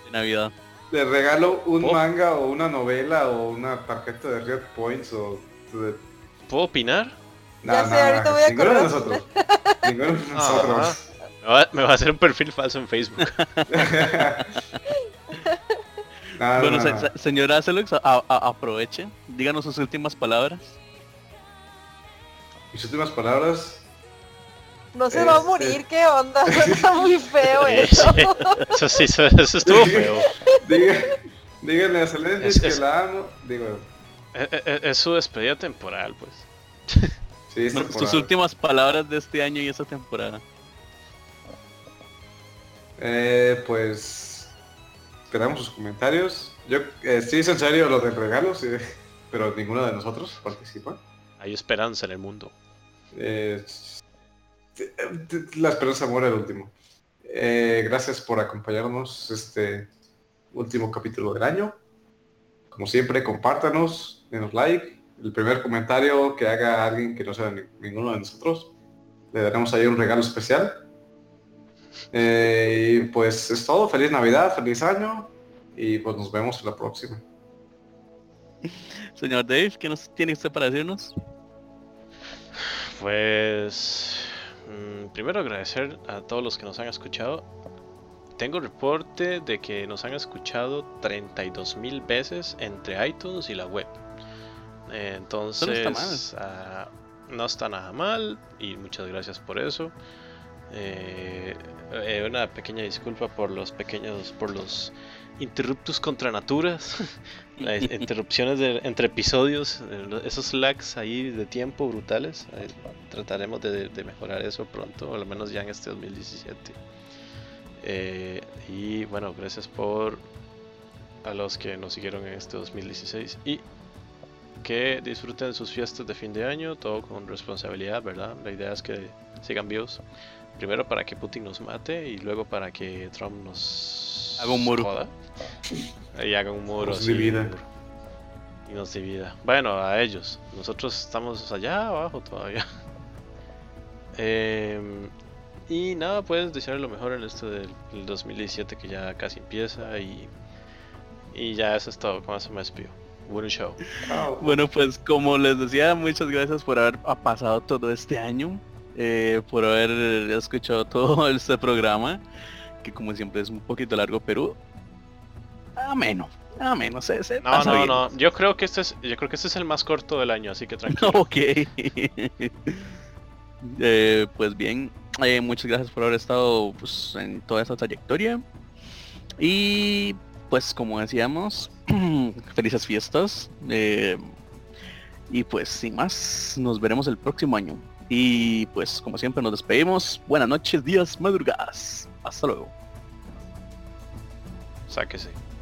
De Navidad. Le regalo un Oh. manga o una novela o una tarjeta de Red Points o de... ¿Puedo opinar? Ya sé, ahorita voy a ninguno de correr. nosotros. Ninguno de Ah. nosotros. Me va, me va a hacer un perfil falso en Facebook. No, no, bueno, no, se- Ah, no. se- señora Celux, a- a- aproveche. Díganos sus últimas palabras. Mis últimas palabras. No se va a Este- morir, qué onda. Está muy feo Eh, eso. sí, Eso sí, eso, eso estuvo feo. Diga- díganle a Selene Es- que es- la amo. Digo, Eh, eh, eh, Es su despedida temporal, pues. sí, es Bueno, sus temporada. últimas palabras de este año y esta temporada. Eh, pues esperamos sus comentarios. Yo eh, sí es en serio lo del regalo, sí, pero ninguno de nosotros participa. Hay esperanza en el mundo. Eh, s- eh, t- la esperanza muere el último. Eh, gracias por acompañarnos este último capítulo del año. Como siempre, compártanos, denos like. El primer comentario que haga alguien que no sea ni- ninguno de nosotros, le daremos ahí un regalo especial. Eh, y pues es todo. Feliz Navidad, feliz año. Y pues nos vemos en la próxima. Señor Dave, ¿qué nos tiene usted para decirnos? Pues mm, primero agradecer a todos los que nos han escuchado. Tengo reporte de que nos han escuchado 32.000 veces entre iTunes y la web. Eh, mal. entonces, ah, no está nada mal y muchas gracias por eso. Eh, eh, una pequeña disculpa por los pequeños, por los interruptus contra naturas, las interrupciones de- entre episodios, eh, lo- esos lags ahí de tiempo brutales. Eh, trataremos de, de mejorar eso pronto, o al menos ya en este 2017. Eh, y bueno, gracias por a los que nos siguieron en este 2016 y que disfruten sus fiestas de fin de año, todo con responsabilidad, ¿verdad? La idea es que sigan vivos. Primero para que Putin nos mate y luego para que Trump nos Haga un muro. joda. Y haga un muro. Nos sí, un divida. muro. Y nos divida. Bueno, a ellos. Nosotros estamos allá abajo todavía. Em, y nada, puedes desearle lo mejor en esto del del 2017 que ya casi empieza y, y ya eso es todo, con eso me despido. Buen show. Chao. Bueno, pues como les decía, muchas gracias por haber ha pasado todo este año, eh, por haber escuchado todo este programa, que como siempre es un poquito largo, pero ameno, ameno, se, se No, pasa no, bien. no. Yo creo que este es, yo creo que este es el más corto del año, así que tranquilo. Ok. Eh, pues bien, eh, muchas gracias por haber estado pues, en toda esta trayectoria. Y pues como decíamos, felices fiestas. eh, y pues sin más, nos veremos el próximo año. Y pues como siempre nos despedimos. Buenas noches, días, madrugadas. Hasta luego. Sáquese.